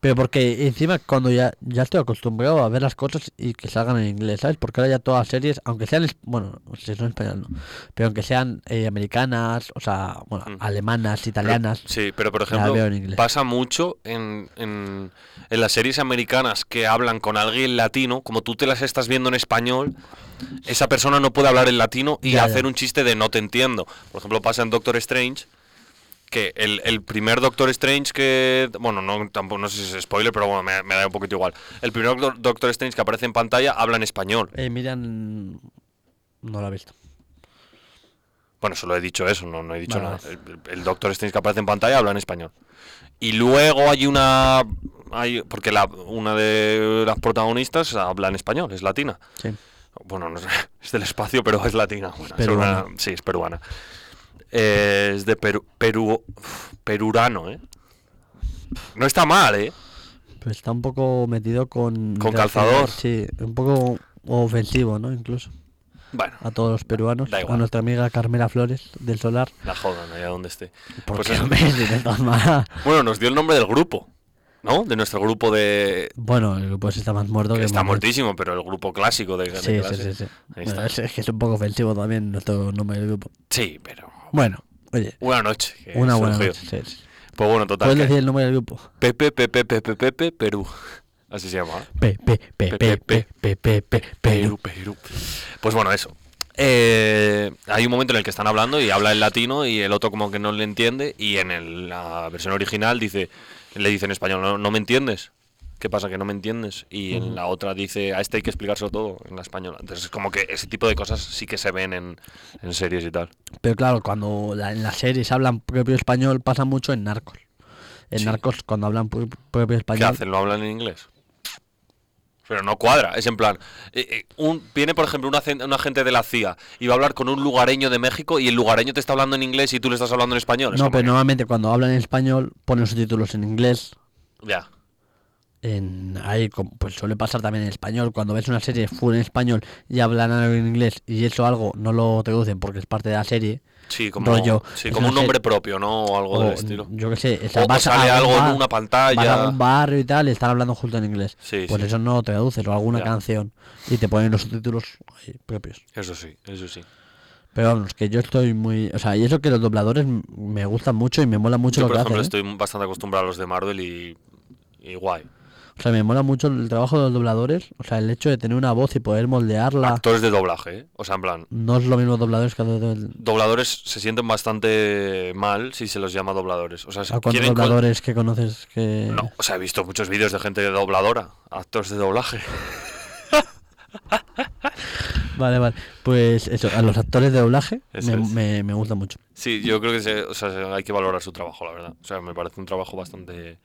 Speaker 3: Pero porque encima cuando ya, ya estoy acostumbrado a ver las cosas y que salgan en inglés, ¿sabes? Porque ahora ya todas las series, aunque sean, es- bueno, si son español no, pero aunque sean eh, americanas, o sea, bueno,
Speaker 1: Mm.
Speaker 3: alemanas,
Speaker 1: Pero-
Speaker 3: italianas,
Speaker 1: sí, pero por
Speaker 3: la
Speaker 1: ejemplo,
Speaker 3: veo en inglés.
Speaker 1: pasa mucho en, en, en las series americanas que hablan con alguien latino, como tú te las estás viendo en español, esa persona no puede hablar en latino y
Speaker 3: Ya, ya.
Speaker 1: hacer un chiste de no te entiendo. Por ejemplo, pasa en Doctor Strange. Que el, el primer Doctor Strange que. Bueno, no, tampoco, no sé si es spoiler, pero bueno, me, me da un poquito igual. El primer Doc- Doctor Strange que aparece en pantalla habla en español.
Speaker 3: eh, Miriam no la he visto.
Speaker 1: Bueno, solo he dicho eso, no, no he dicho
Speaker 3: Vale,
Speaker 1: nada. El, el Doctor Strange que aparece en pantalla habla en español. Y luego hay una. Hay, porque la, una de las protagonistas habla en español, es latina.
Speaker 3: Sí.
Speaker 1: Bueno, no sé, es del espacio, pero es latina. Bueno, es
Speaker 3: peruana.
Speaker 1: una- sí, es peruana. Eh, es de Perú, Perú, perurano, ¿eh? No está mal, ¿eh?
Speaker 3: Pero está un poco metido con...
Speaker 1: Con
Speaker 3: racismo,
Speaker 1: calzador.
Speaker 3: Sí, un poco ofensivo, ¿no? Incluso
Speaker 1: Bueno,
Speaker 3: a todos los peruanos,
Speaker 1: Da
Speaker 3: a
Speaker 1: igual.
Speaker 3: nuestra amiga Carmela Flores del Solar.
Speaker 1: la jodan allá donde esté. Pues
Speaker 3: Porque
Speaker 1: eso.
Speaker 3: hombre, si te tomas-
Speaker 1: Bueno, nos dio el nombre del grupo, ¿no? De nuestro grupo de.
Speaker 3: Bueno, el grupo ese está más muerto
Speaker 1: que
Speaker 3: que
Speaker 1: está
Speaker 3: Manuel.
Speaker 1: muertísimo, pero el grupo clásico de, de
Speaker 3: Sí, sí,
Speaker 1: clase.
Speaker 3: sí, sí.
Speaker 1: Ahí
Speaker 3: Bueno,
Speaker 1: está.
Speaker 3: es, es que es un poco ofensivo también nuestro nombre del grupo.
Speaker 1: Sí, pero.
Speaker 3: Bueno, Oye,
Speaker 1: Buena noche. que
Speaker 3: una buena
Speaker 1: surgió.
Speaker 3: noche. sí, sí.
Speaker 1: Pues bueno, total.
Speaker 3: ¿Puedes
Speaker 1: que-
Speaker 3: decir el nombre del grupo?
Speaker 1: Pepe, Pepe, Pepe, Pepe, Perú. Así se llama. ¿eh?
Speaker 3: Pe, pe, pe,
Speaker 1: Pe,
Speaker 3: pe,
Speaker 1: pe,
Speaker 3: pe, pe, pe, pe,
Speaker 1: Perú,
Speaker 3: Perú.
Speaker 1: Perú. Pues bueno, eso. Eh, hay un momento en el que están hablando y habla en latino y el otro como que no le entiende y en el- la versión original dice, le dice en español, no, no me entiendes. ¿Qué pasa? Que no me entiendes. Y en la otra dice, a este hay que explicárselo todo en la española. Entonces es como que ese tipo de cosas sí que se ven en, en series y tal.
Speaker 3: Pero claro, cuando la- en las series hablan propio español, pasa mucho en Narcos. En
Speaker 1: Sí.
Speaker 3: Narcos, cuando hablan pro-
Speaker 1: ¿Qué
Speaker 3: propio español,
Speaker 1: hacen? ¿No hablan en inglés? Pero no cuadra, es en plan. eh, eh, un, viene, por ejemplo, un, acen- un agente de la CIA y va a hablar con un lugareño de México y el lugareño te está hablando en inglés y tú le estás hablando en español. Es
Speaker 3: No,
Speaker 1: como
Speaker 3: pero
Speaker 1: que-
Speaker 3: normalmente cuando hablan en español ponen subtítulos en inglés.
Speaker 1: Ya.
Speaker 3: En, ahí, com- pues suele pasar también en español. Cuando ves una serie full en español y hablan algo en inglés y eso algo no lo traducen porque es parte de la serie.
Speaker 1: Sí, como,
Speaker 3: Rollo,
Speaker 1: sí,
Speaker 3: es
Speaker 1: como
Speaker 3: una
Speaker 1: un nombre
Speaker 3: serie-
Speaker 1: propio, ¿no? O algo del
Speaker 3: o,
Speaker 1: estilo.
Speaker 3: Yo qué sé,
Speaker 1: O-
Speaker 3: está,
Speaker 1: o sale algo en una
Speaker 3: Van
Speaker 1: pantalla.
Speaker 3: a un barrio y tal y están hablando justo en inglés.
Speaker 1: Sí,
Speaker 3: pues
Speaker 1: sí.
Speaker 3: eso no lo traduces o alguna
Speaker 1: Ya.
Speaker 3: canción y te ponen los subtítulos ahí propios.
Speaker 1: Eso sí, eso sí.
Speaker 3: Pero vamos, que yo estoy muy... O sea, y eso que los dobladores m- me gustan mucho y me mola mucho
Speaker 1: Yo,
Speaker 3: lo
Speaker 1: por
Speaker 3: que
Speaker 1: ejemplo,
Speaker 3: hacen. ¿eh?
Speaker 1: estoy bastante acostumbrado a los de Marvel y. y guay.
Speaker 3: ¿eh? O sea, me mola mucho el trabajo de los dobladores. O sea, el hecho de tener una voz y poder moldearla.
Speaker 1: Actores de doblaje, ¿eh? O sea, en plan.
Speaker 3: No es lo mismo dobladores que hacer el-
Speaker 1: Dobladores se sienten bastante mal si se los llama dobladores. O sea, se
Speaker 3: ¿A cuántos
Speaker 1: quieren con-
Speaker 3: Ah, dobladores que conoces que...?
Speaker 1: No, o sea, he visto muchos vídeos de gente dobladora, actores de doblaje.
Speaker 3: Vale, vale. Pues eso, a los actores de doblaje
Speaker 1: Eso
Speaker 3: me,
Speaker 1: es.
Speaker 3: me, me gusta mucho.
Speaker 1: Sí, yo creo que se- o sea, se- hay que valorar su trabajo, la verdad. O sea, me parece un trabajo bastante...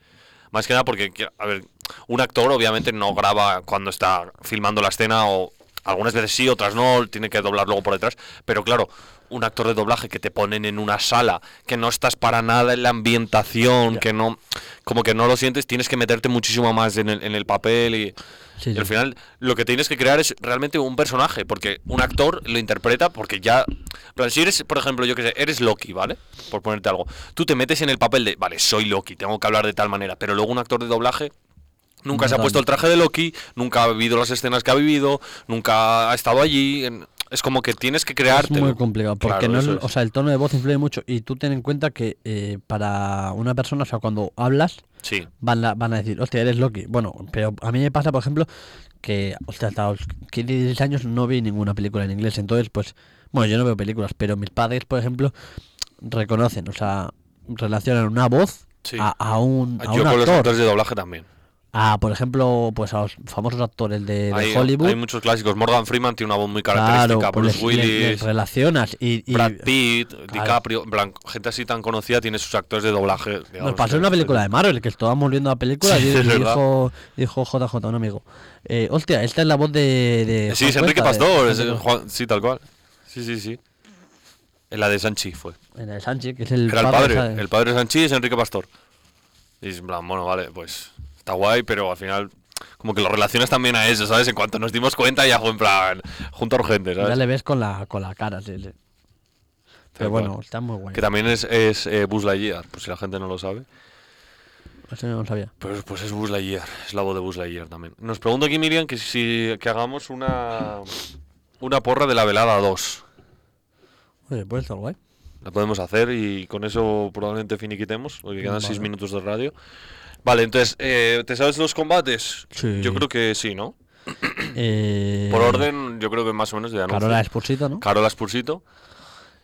Speaker 1: Más que nada porque, que- a ver, un actor obviamente no graba cuando está filmando la escena o algunas veces sí, otras no, tiene que doblar luego por detrás. Pero claro, un actor de doblaje que te ponen en una sala, que no estás para nada en la ambientación, que no... Como que no lo sientes, tienes que meterte muchísimo más en el, en el papel y...
Speaker 3: Sí,
Speaker 1: Y al
Speaker 3: sí.
Speaker 1: final lo que tienes que crear es realmente un personaje, porque un actor lo interpreta porque ya... en plan, si eres, por ejemplo, yo que sé, eres Loki, ¿vale? Por ponerte algo. Tú te metes en el papel de, vale, soy Loki, tengo que hablar de tal manera, pero luego un actor de doblaje... Nunca
Speaker 3: No
Speaker 1: se ha puesto el
Speaker 3: tanto.
Speaker 1: traje de Loki, nunca ha vivido las escenas que ha vivido, nunca ha estado allí. en- Es como que tienes que
Speaker 3: Es
Speaker 1: crearte.
Speaker 3: muy complicado, porque no es-
Speaker 1: es,
Speaker 3: o sea, el tono de voz influye mucho y tú ten en cuenta que eh, para una persona, o sea, cuando hablas,
Speaker 1: Sí,
Speaker 3: van a, van a decir, hostia, eres Loki. Bueno, pero a mí me pasa, por ejemplo, que hostia, hasta los 15 y 16 años no vi ninguna película en inglés. Entonces, pues, bueno, yo no veo películas, pero mis padres, por ejemplo, reconocen, o sea, relacionan una voz
Speaker 1: Sí.
Speaker 3: a, a un, a
Speaker 1: yo
Speaker 3: un
Speaker 1: con los
Speaker 3: actor.
Speaker 1: actores de doblaje también.
Speaker 3: A, por ejemplo, pues a los famosos actores de, de
Speaker 1: Hay,
Speaker 3: Hollywood.
Speaker 1: hay muchos clásicos. Morgan Freeman tiene una voz muy
Speaker 3: claro,
Speaker 1: característica.
Speaker 3: pues
Speaker 1: Bruce
Speaker 3: les- les-
Speaker 1: Willis.
Speaker 3: les relacionas y, y
Speaker 1: Brad Pitt,
Speaker 3: claro.
Speaker 1: DiCaprio, en plan, gente así tan conocida tiene sus actores de doblaje.
Speaker 3: Nos
Speaker 1: digamos,
Speaker 3: pasó
Speaker 1: que-
Speaker 3: en una película de Marvel, que estábamos viendo la película
Speaker 1: Sí,
Speaker 3: y, y
Speaker 1: es verdad.
Speaker 3: dijo, dijo JJ, un amigo. Eh, hostia, esta es la voz de... de
Speaker 1: Sí,
Speaker 3: Juan
Speaker 1: es Enrique
Speaker 3: Cuesta, de-
Speaker 1: Pastor,
Speaker 3: de-
Speaker 1: es el Juan- sí, tal cual. Sí, sí, sí. En la de Sanchi fue.
Speaker 3: En el Sánchez, que es el
Speaker 1: Que era el
Speaker 3: padre,
Speaker 1: padre.
Speaker 3: ¿sabes?
Speaker 1: El padre de Sanchi es Enrique Pastor. Y es en plan, bueno, vale, pues está guay, pero al final como que lo relacionas también a eso, ¿sabes? En cuanto nos dimos cuenta ya fue en plan, junta urgente, ¿sabes?
Speaker 3: Ya le ves con la, con la cara, sí, sí. Pero
Speaker 1: cual.
Speaker 3: bueno, está muy guay.
Speaker 1: Que también es, es eh, Buzz Lightyear, por si la gente no lo sabe.
Speaker 3: Eso no lo sabía.
Speaker 1: Pues, pues es Buzz Lightyear, es la voz de Buzz Lightyear también. Nos pregunta aquí Miriam que si que hagamos una una porra de la velada 2.
Speaker 3: Oye, pues está guay.
Speaker 1: La podemos hacer y con eso probablemente finiquitemos, porque quedan 6
Speaker 3: Vale.
Speaker 1: minutos de radio. Vale, entonces, eh, ¿te sabes los combates?
Speaker 3: Sí.
Speaker 1: Yo creo que sí, ¿no?
Speaker 3: Eh,
Speaker 1: Por orden, yo creo que más o menos de anuncio.
Speaker 3: Carola Espursito, ¿no?
Speaker 1: Carola Spursito.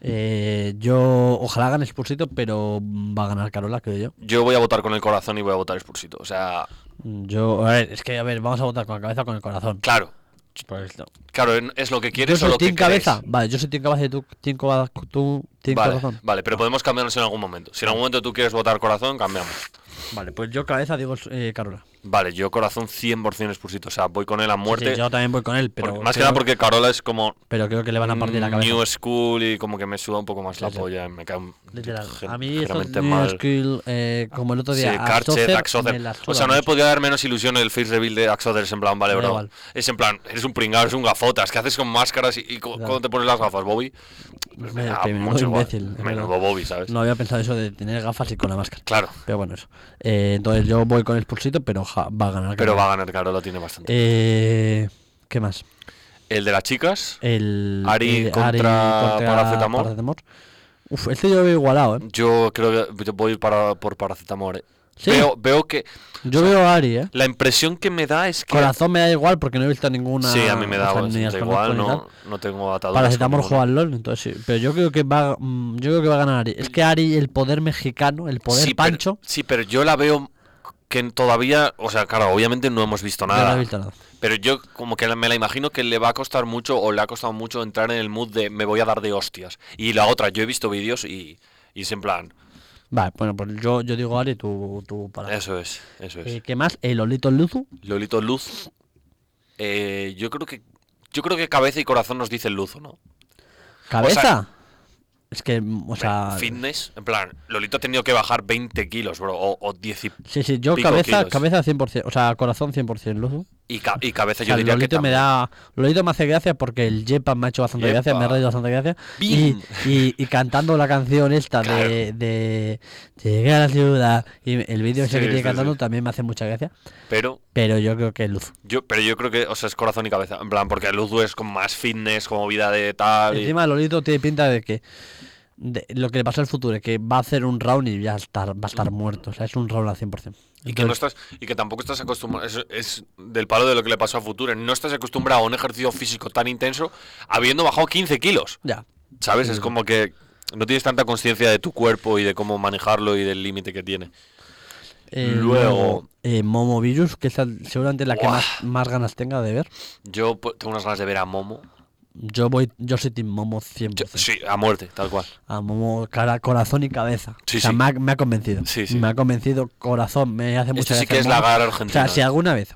Speaker 3: Eh, yo, ojalá hagan Espursito, pero va a ganar Carola, creo yo.
Speaker 1: Yo voy a votar con el corazón y voy a votar Spursito. O sea,
Speaker 3: Yo, a ver, es que, a ver, vamos a votar con la cabeza o con el corazón. Pues,
Speaker 1: claro,
Speaker 3: Por esto.
Speaker 1: claro, en- es lo que
Speaker 3: Yo
Speaker 1: quieres o
Speaker 3: soy
Speaker 1: lo que
Speaker 3: team
Speaker 1: queréis.
Speaker 3: cabeza. Vale, yo soy team cabeza y tú team, coba- tú team
Speaker 1: Vale,
Speaker 3: corazón.
Speaker 1: vale, pero podemos cambiarnos en algún momento. Si en algún momento tú quieres votar corazón, cambiamos.
Speaker 3: Vale, pues yo cabeza digo eh, Carola. Sí,
Speaker 1: Vale, yo corazón 100% Spursito. O sea, voy con él a
Speaker 3: sí,
Speaker 1: muerte.
Speaker 3: yo también voy con él, pero...
Speaker 1: porque- más que
Speaker 3: creo-
Speaker 1: nada porque Carola es como
Speaker 3: Pero creo que le van a partir la
Speaker 1: mm,
Speaker 3: cabeza.
Speaker 1: New School y como que me suda un poco más la
Speaker 3: Sí, sí.
Speaker 1: polla. Me cae un-
Speaker 3: Literal.
Speaker 1: liger-
Speaker 3: A mí estos
Speaker 1: ligeramente
Speaker 3: New
Speaker 1: mal.
Speaker 3: School, eh, como el otro
Speaker 1: Sí,
Speaker 3: día, a
Speaker 1: Karcher,
Speaker 3: Socer,
Speaker 1: Dax Socer.
Speaker 3: me la suda
Speaker 1: O sea, no me
Speaker 3: mucho.
Speaker 1: podía dar menos ilusión el face reveal de Axother. Es en plan, vale,
Speaker 3: Me da
Speaker 1: bro.
Speaker 3: igual.
Speaker 1: Es en plan, eres un pringado, eres un gafotas. ¿Qué haces con máscaras y, y cu-
Speaker 3: Ya.
Speaker 1: cuando te pones las gafas, Bobby? Pues me
Speaker 3: Me-
Speaker 1: da
Speaker 3: que menudo
Speaker 1: mucho igual.
Speaker 3: imbécil, es verdad.
Speaker 1: Menudo Bobby, ¿sabes?
Speaker 3: No había pensado eso de tener gafas y con la máscara.
Speaker 1: Claro,
Speaker 3: Pero bueno, eso. Eh, entonces yo voy con el pulsito, pero ja- va a ganar.
Speaker 1: pero
Speaker 3: Carola.
Speaker 1: va a ganar Carola, tiene bastante.
Speaker 3: Eh, ¿Qué más?
Speaker 1: El de las chicas.
Speaker 3: El
Speaker 1: Ari contra paracetamol.
Speaker 3: Uf, este yo lo veo igualado, ¿eh?
Speaker 1: Yo creo que yo voy a ir para, por paracetamol. eh.
Speaker 3: Sí.
Speaker 1: Veo, veo que
Speaker 3: Yo veo a Ari, ¿eh?
Speaker 1: la impresión que me da es que.
Speaker 3: Corazón me da igual porque no he visto ninguna.
Speaker 1: Sí, a mí me da,
Speaker 3: o sea,
Speaker 1: bueno,
Speaker 3: ni
Speaker 1: da
Speaker 3: las
Speaker 1: igual,
Speaker 3: conozco ni
Speaker 1: no, no tengo
Speaker 3: tal.
Speaker 1: ataduras.
Speaker 3: Paracetamol
Speaker 1: con
Speaker 3: juega
Speaker 1: ninguna.
Speaker 3: al LOL, entonces sí. Pero yo creo que va mm, yo creo que va a ganar Ari. Es que Ari, el poder mexicano, el poder
Speaker 1: Sí, pero-
Speaker 3: pancho,
Speaker 1: sí, pero yo la veo que todavía. O sea, claro, obviamente no hemos visto
Speaker 3: no la
Speaker 1: nada.
Speaker 3: he visto nada.
Speaker 1: Pero yo como que me la imagino que le va a costar mucho o le ha costado mucho entrar en el mood de me voy a dar de hostias. Y la otra, yo he visto vídeos y, y es en plan,
Speaker 3: Vale, bueno, pues yo, yo digo Ari, tú, tú para.
Speaker 1: eso es, eso es.
Speaker 3: Eh, ¿Qué más? El Olito Luzu.
Speaker 1: Lolito Luz, eh, yo creo que yo creo que cabeza y corazón nos dicen Luz, ¿o ¿no?
Speaker 3: ¿Cabeza? es que, mm, o sea.
Speaker 1: Fitness, en plan, Lolito ha tenido que bajar 20 kilos, bro, o, o 10 y,
Speaker 3: Sí, sí, yo
Speaker 1: pico
Speaker 3: cabeza,
Speaker 1: kilos.
Speaker 3: cabeza 100%, o sea, corazón 100%, Luzu.
Speaker 1: y, ca- y cabeza
Speaker 3: O sea,
Speaker 1: yo diría que
Speaker 3: Lolito me
Speaker 1: también.
Speaker 3: da. Lolito me hace gracia porque el Yepa me ha hecho bastante gracia, me ha
Speaker 1: Yepa.
Speaker 3: reído bastante gracia. Y,
Speaker 1: Bim.
Speaker 3: y, y cantando la canción esta
Speaker 1: Claro.
Speaker 3: de, de Llegué a la ciudad. Y el vídeo ese
Speaker 1: Sí,
Speaker 3: que tiene
Speaker 1: sí,
Speaker 3: cantando
Speaker 1: sí.
Speaker 3: también me hace mucha gracia.
Speaker 1: Pero
Speaker 3: Pero yo creo que Luz.
Speaker 1: yo, pero yo creo que, o sea, es corazón y cabeza, en plan, porque Luz es con más fitness, como vida de tal. y-
Speaker 3: Encima Lolito tiene pinta de que. de lo que le pasó al futuro, es que va a hacer un round y ya estar, va a estar muerto. O sea, es un round al 100%.
Speaker 1: Y que, no
Speaker 3: Entonces,
Speaker 1: estás, y que tampoco estás acostumbrado, es, es del palo de lo que le pasó a Future, no estás acostumbrado a un ejercicio físico tan intenso habiendo bajado 15 kilos,
Speaker 3: Ya.
Speaker 1: ¿sabes?
Speaker 3: Sí,
Speaker 1: Es
Speaker 3: sí.
Speaker 1: como que no tienes tanta conciencia de tu cuerpo y de cómo manejarlo y del límite que tiene.
Speaker 3: Eh,
Speaker 1: Luego-
Speaker 3: eh, Momo Virus, que es la- seguramente la que
Speaker 1: Buah.
Speaker 3: más, más ganas tenga de ver.
Speaker 1: Yo pues, tengo unas ganas de ver a Momo.
Speaker 3: Yo voy, yo soy Team Momo 100%.
Speaker 1: Yo- sí, a muerte, tal cual.
Speaker 3: A Ah, Momo, cara, corazón y cabeza.
Speaker 1: Sí,
Speaker 3: o sea,
Speaker 1: sí.
Speaker 3: me, ha, me ha convencido.
Speaker 1: Sí, sí.
Speaker 3: Me ha convencido corazón, me hace mucha
Speaker 1: Esto sí
Speaker 3: gracia
Speaker 1: que es la
Speaker 3: Momo.
Speaker 1: gara
Speaker 3: O
Speaker 1: argentina.
Speaker 3: sea, si alguna vez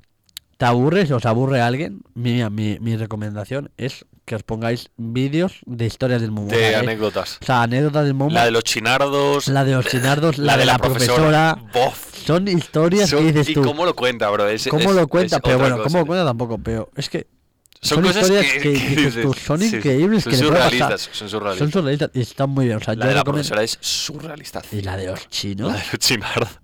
Speaker 3: te aburres o os aburre alguien, mi, mi, mi recomendación es que os pongáis vídeos de historias del Momo.
Speaker 1: de
Speaker 3: ¿eh?
Speaker 1: anécdotas.
Speaker 3: O sea, anécdotas del Momo,
Speaker 1: La de los chinardos, la,
Speaker 3: los chinardos, la, de
Speaker 1: de
Speaker 3: la, profesora.
Speaker 1: Bof.
Speaker 3: Son historias
Speaker 1: Son-
Speaker 3: que dices
Speaker 1: ¿Y
Speaker 3: tú.
Speaker 1: cómo lo cuenta, bro? Es-
Speaker 3: ¿Cómo
Speaker 1: es-
Speaker 3: lo cuenta?
Speaker 1: es
Speaker 3: Pero
Speaker 1: otra
Speaker 3: bueno,
Speaker 1: cosa.
Speaker 3: ¿cómo lo cuenta tampoco? Pero es que
Speaker 1: Son,
Speaker 3: Son
Speaker 1: cosas
Speaker 3: historias
Speaker 1: que,
Speaker 3: que-
Speaker 1: que
Speaker 3: que dices tú, son increíbles,
Speaker 1: Son
Speaker 3: que le puede pasar.
Speaker 1: surrealistas, son surrealistas.
Speaker 3: son surrealistas y están muy bien. O sea,
Speaker 1: la
Speaker 3: yo
Speaker 1: de la
Speaker 3: recomiendo-
Speaker 1: profesora es surrealista.
Speaker 3: Y la de los chinos.
Speaker 1: La de los chinardos.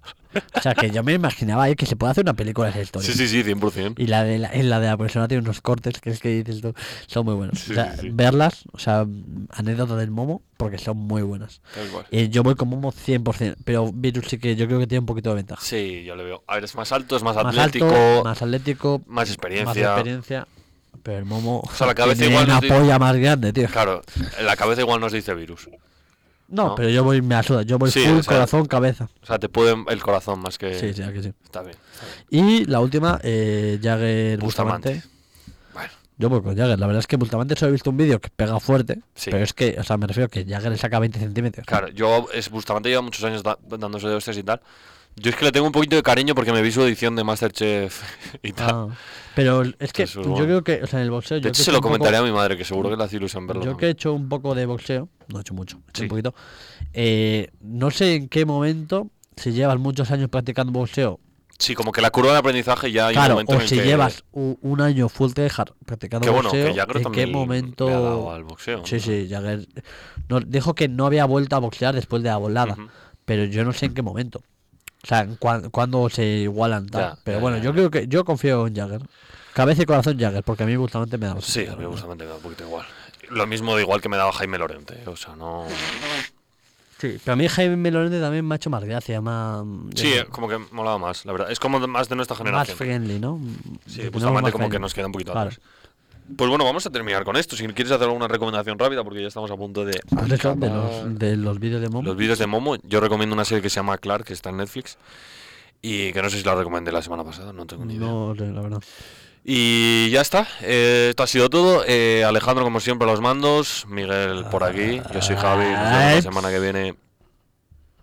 Speaker 3: O sea, que yo me imaginaba ahí que se puede hacer una película de esa historia.
Speaker 1: Sí, sí, sí, 100%.
Speaker 3: Y la de la, en la de la persona tiene unos cortes que es que dices tú, son muy buenos.
Speaker 1: Sí,
Speaker 3: o sea,
Speaker 1: sí, sí.
Speaker 3: verlas, o sea, mm, anécdotas del Momo, porque son muy buenas.
Speaker 1: Tal cual.
Speaker 3: Eh, yo voy con Momo 100%, pero Virus sí que yo creo que tiene un poquito de ventaja.
Speaker 1: Sí, yo le veo. A ver, es más alto, es más,
Speaker 3: más
Speaker 1: atlético.
Speaker 3: alto, más atlético,
Speaker 1: más experiencia.
Speaker 3: experiencia, Pero el Momo
Speaker 1: sea, la cabeza
Speaker 3: tiene
Speaker 1: igual
Speaker 3: una
Speaker 1: nos dice-
Speaker 3: polla más grande, tío.
Speaker 1: Claro, en la cabeza igual nos dice virus.
Speaker 3: No,
Speaker 1: ¿no?
Speaker 3: pero yo voy, me ayuda, yo voy
Speaker 1: Sí,
Speaker 3: full
Speaker 1: o sea,
Speaker 3: corazón, cabeza.
Speaker 1: O sea, te puede el corazón más que.
Speaker 3: Sí, sí, aquí sí.
Speaker 1: Está bien. está bien.
Speaker 3: Y la última, eh, Jagger
Speaker 1: Bustamante.
Speaker 3: Bustamante.
Speaker 1: Bueno,
Speaker 3: Yo voy con Jagger, la verdad es que Bustamante solo he visto un vídeo que pega fuerte,
Speaker 1: Sí.
Speaker 3: pero es que, o sea, me refiero que Jagger le saca 20 centímetros.
Speaker 1: claro, yo es Bustamante lleva muchos años da- dándose de hostias y tal. Yo es que le tengo un poquito de cariño porque me vi su edición de Masterchef y tal.
Speaker 3: Ah, pero es que
Speaker 1: Eso es
Speaker 3: yo
Speaker 1: bueno.
Speaker 3: creo que, o sea, en el boxeo...
Speaker 1: de
Speaker 3: yo que
Speaker 1: hecho,
Speaker 3: he
Speaker 1: se
Speaker 3: hecho
Speaker 1: lo
Speaker 3: un poco-
Speaker 1: comentaré a mi madre, que seguro que le hace ilusión verlo.
Speaker 3: Yo que he
Speaker 1: también.
Speaker 3: hecho un poco de boxeo, no he hecho mucho, he hecho
Speaker 1: Sí.
Speaker 3: un poquito. eh, no sé en qué momento, si llevas muchos años practicando boxeo,
Speaker 1: Sí, como que la curva de aprendizaje ya hay un
Speaker 3: claro,
Speaker 1: momento
Speaker 3: o
Speaker 1: en el
Speaker 3: si
Speaker 1: que-
Speaker 3: llevas u- un año full tejard practicando
Speaker 1: Que bueno,
Speaker 3: boxeo,
Speaker 1: que Jagger
Speaker 3: en qué
Speaker 1: también le ha
Speaker 3: momento...
Speaker 1: dado al boxeo,
Speaker 3: Sí,
Speaker 1: ¿no?
Speaker 3: sí, Jagger no, dijo que no había vuelto a boxear después de la volada,
Speaker 1: Ujú.
Speaker 3: pero yo no sé en qué momento. O sea, en cuan- cuándo se igualan tal.
Speaker 1: Ya,
Speaker 3: pero
Speaker 1: ya,
Speaker 3: bueno,
Speaker 1: ya,
Speaker 3: yo
Speaker 1: ya.
Speaker 3: creo que yo confío en Jagger. Cabeza y corazón Jagger, porque a mí justamente me da bastante
Speaker 1: Sí, a
Speaker 3: Jagger,
Speaker 1: mí
Speaker 3: ¿no?
Speaker 1: justamente me da un poquito igual. Lo mismo de igual que me daba Jaime Lorente. O sea, no.
Speaker 3: Sí, pero a mí Jaime Lorente también me ha hecho más gracia, más
Speaker 1: Sí, eh, como que molaba más, la verdad. Es como de- más de nuestra
Speaker 3: más
Speaker 1: generación.
Speaker 3: friendly, ¿no?
Speaker 1: Sí,
Speaker 3: Digamos
Speaker 1: justamente
Speaker 3: más
Speaker 1: como que
Speaker 3: friendly.
Speaker 1: nos queda un poquito
Speaker 3: Claro.
Speaker 1: atrás. Pues bueno, vamos a terminar con esto. Si quieres hacer alguna recomendación rápida, porque ya estamos a punto de.
Speaker 3: Pues eso, de
Speaker 1: acabar.
Speaker 3: los, de los vídeos de Momo.
Speaker 1: Los vídeos de Momo, yo recomiendo una serie que se llama Clark, que está en Netflix. Y que no sé si la recomendé la semana pasada, no tengo ni idea.
Speaker 3: No, sé, la verdad.
Speaker 1: Y ya está, eh, esto ha sido todo. Eh, Alejandro, como siempre, a los mandos. Miguel por aquí. Yo soy Javi. Nos vemos la
Speaker 3: Alright.
Speaker 1: semana que viene.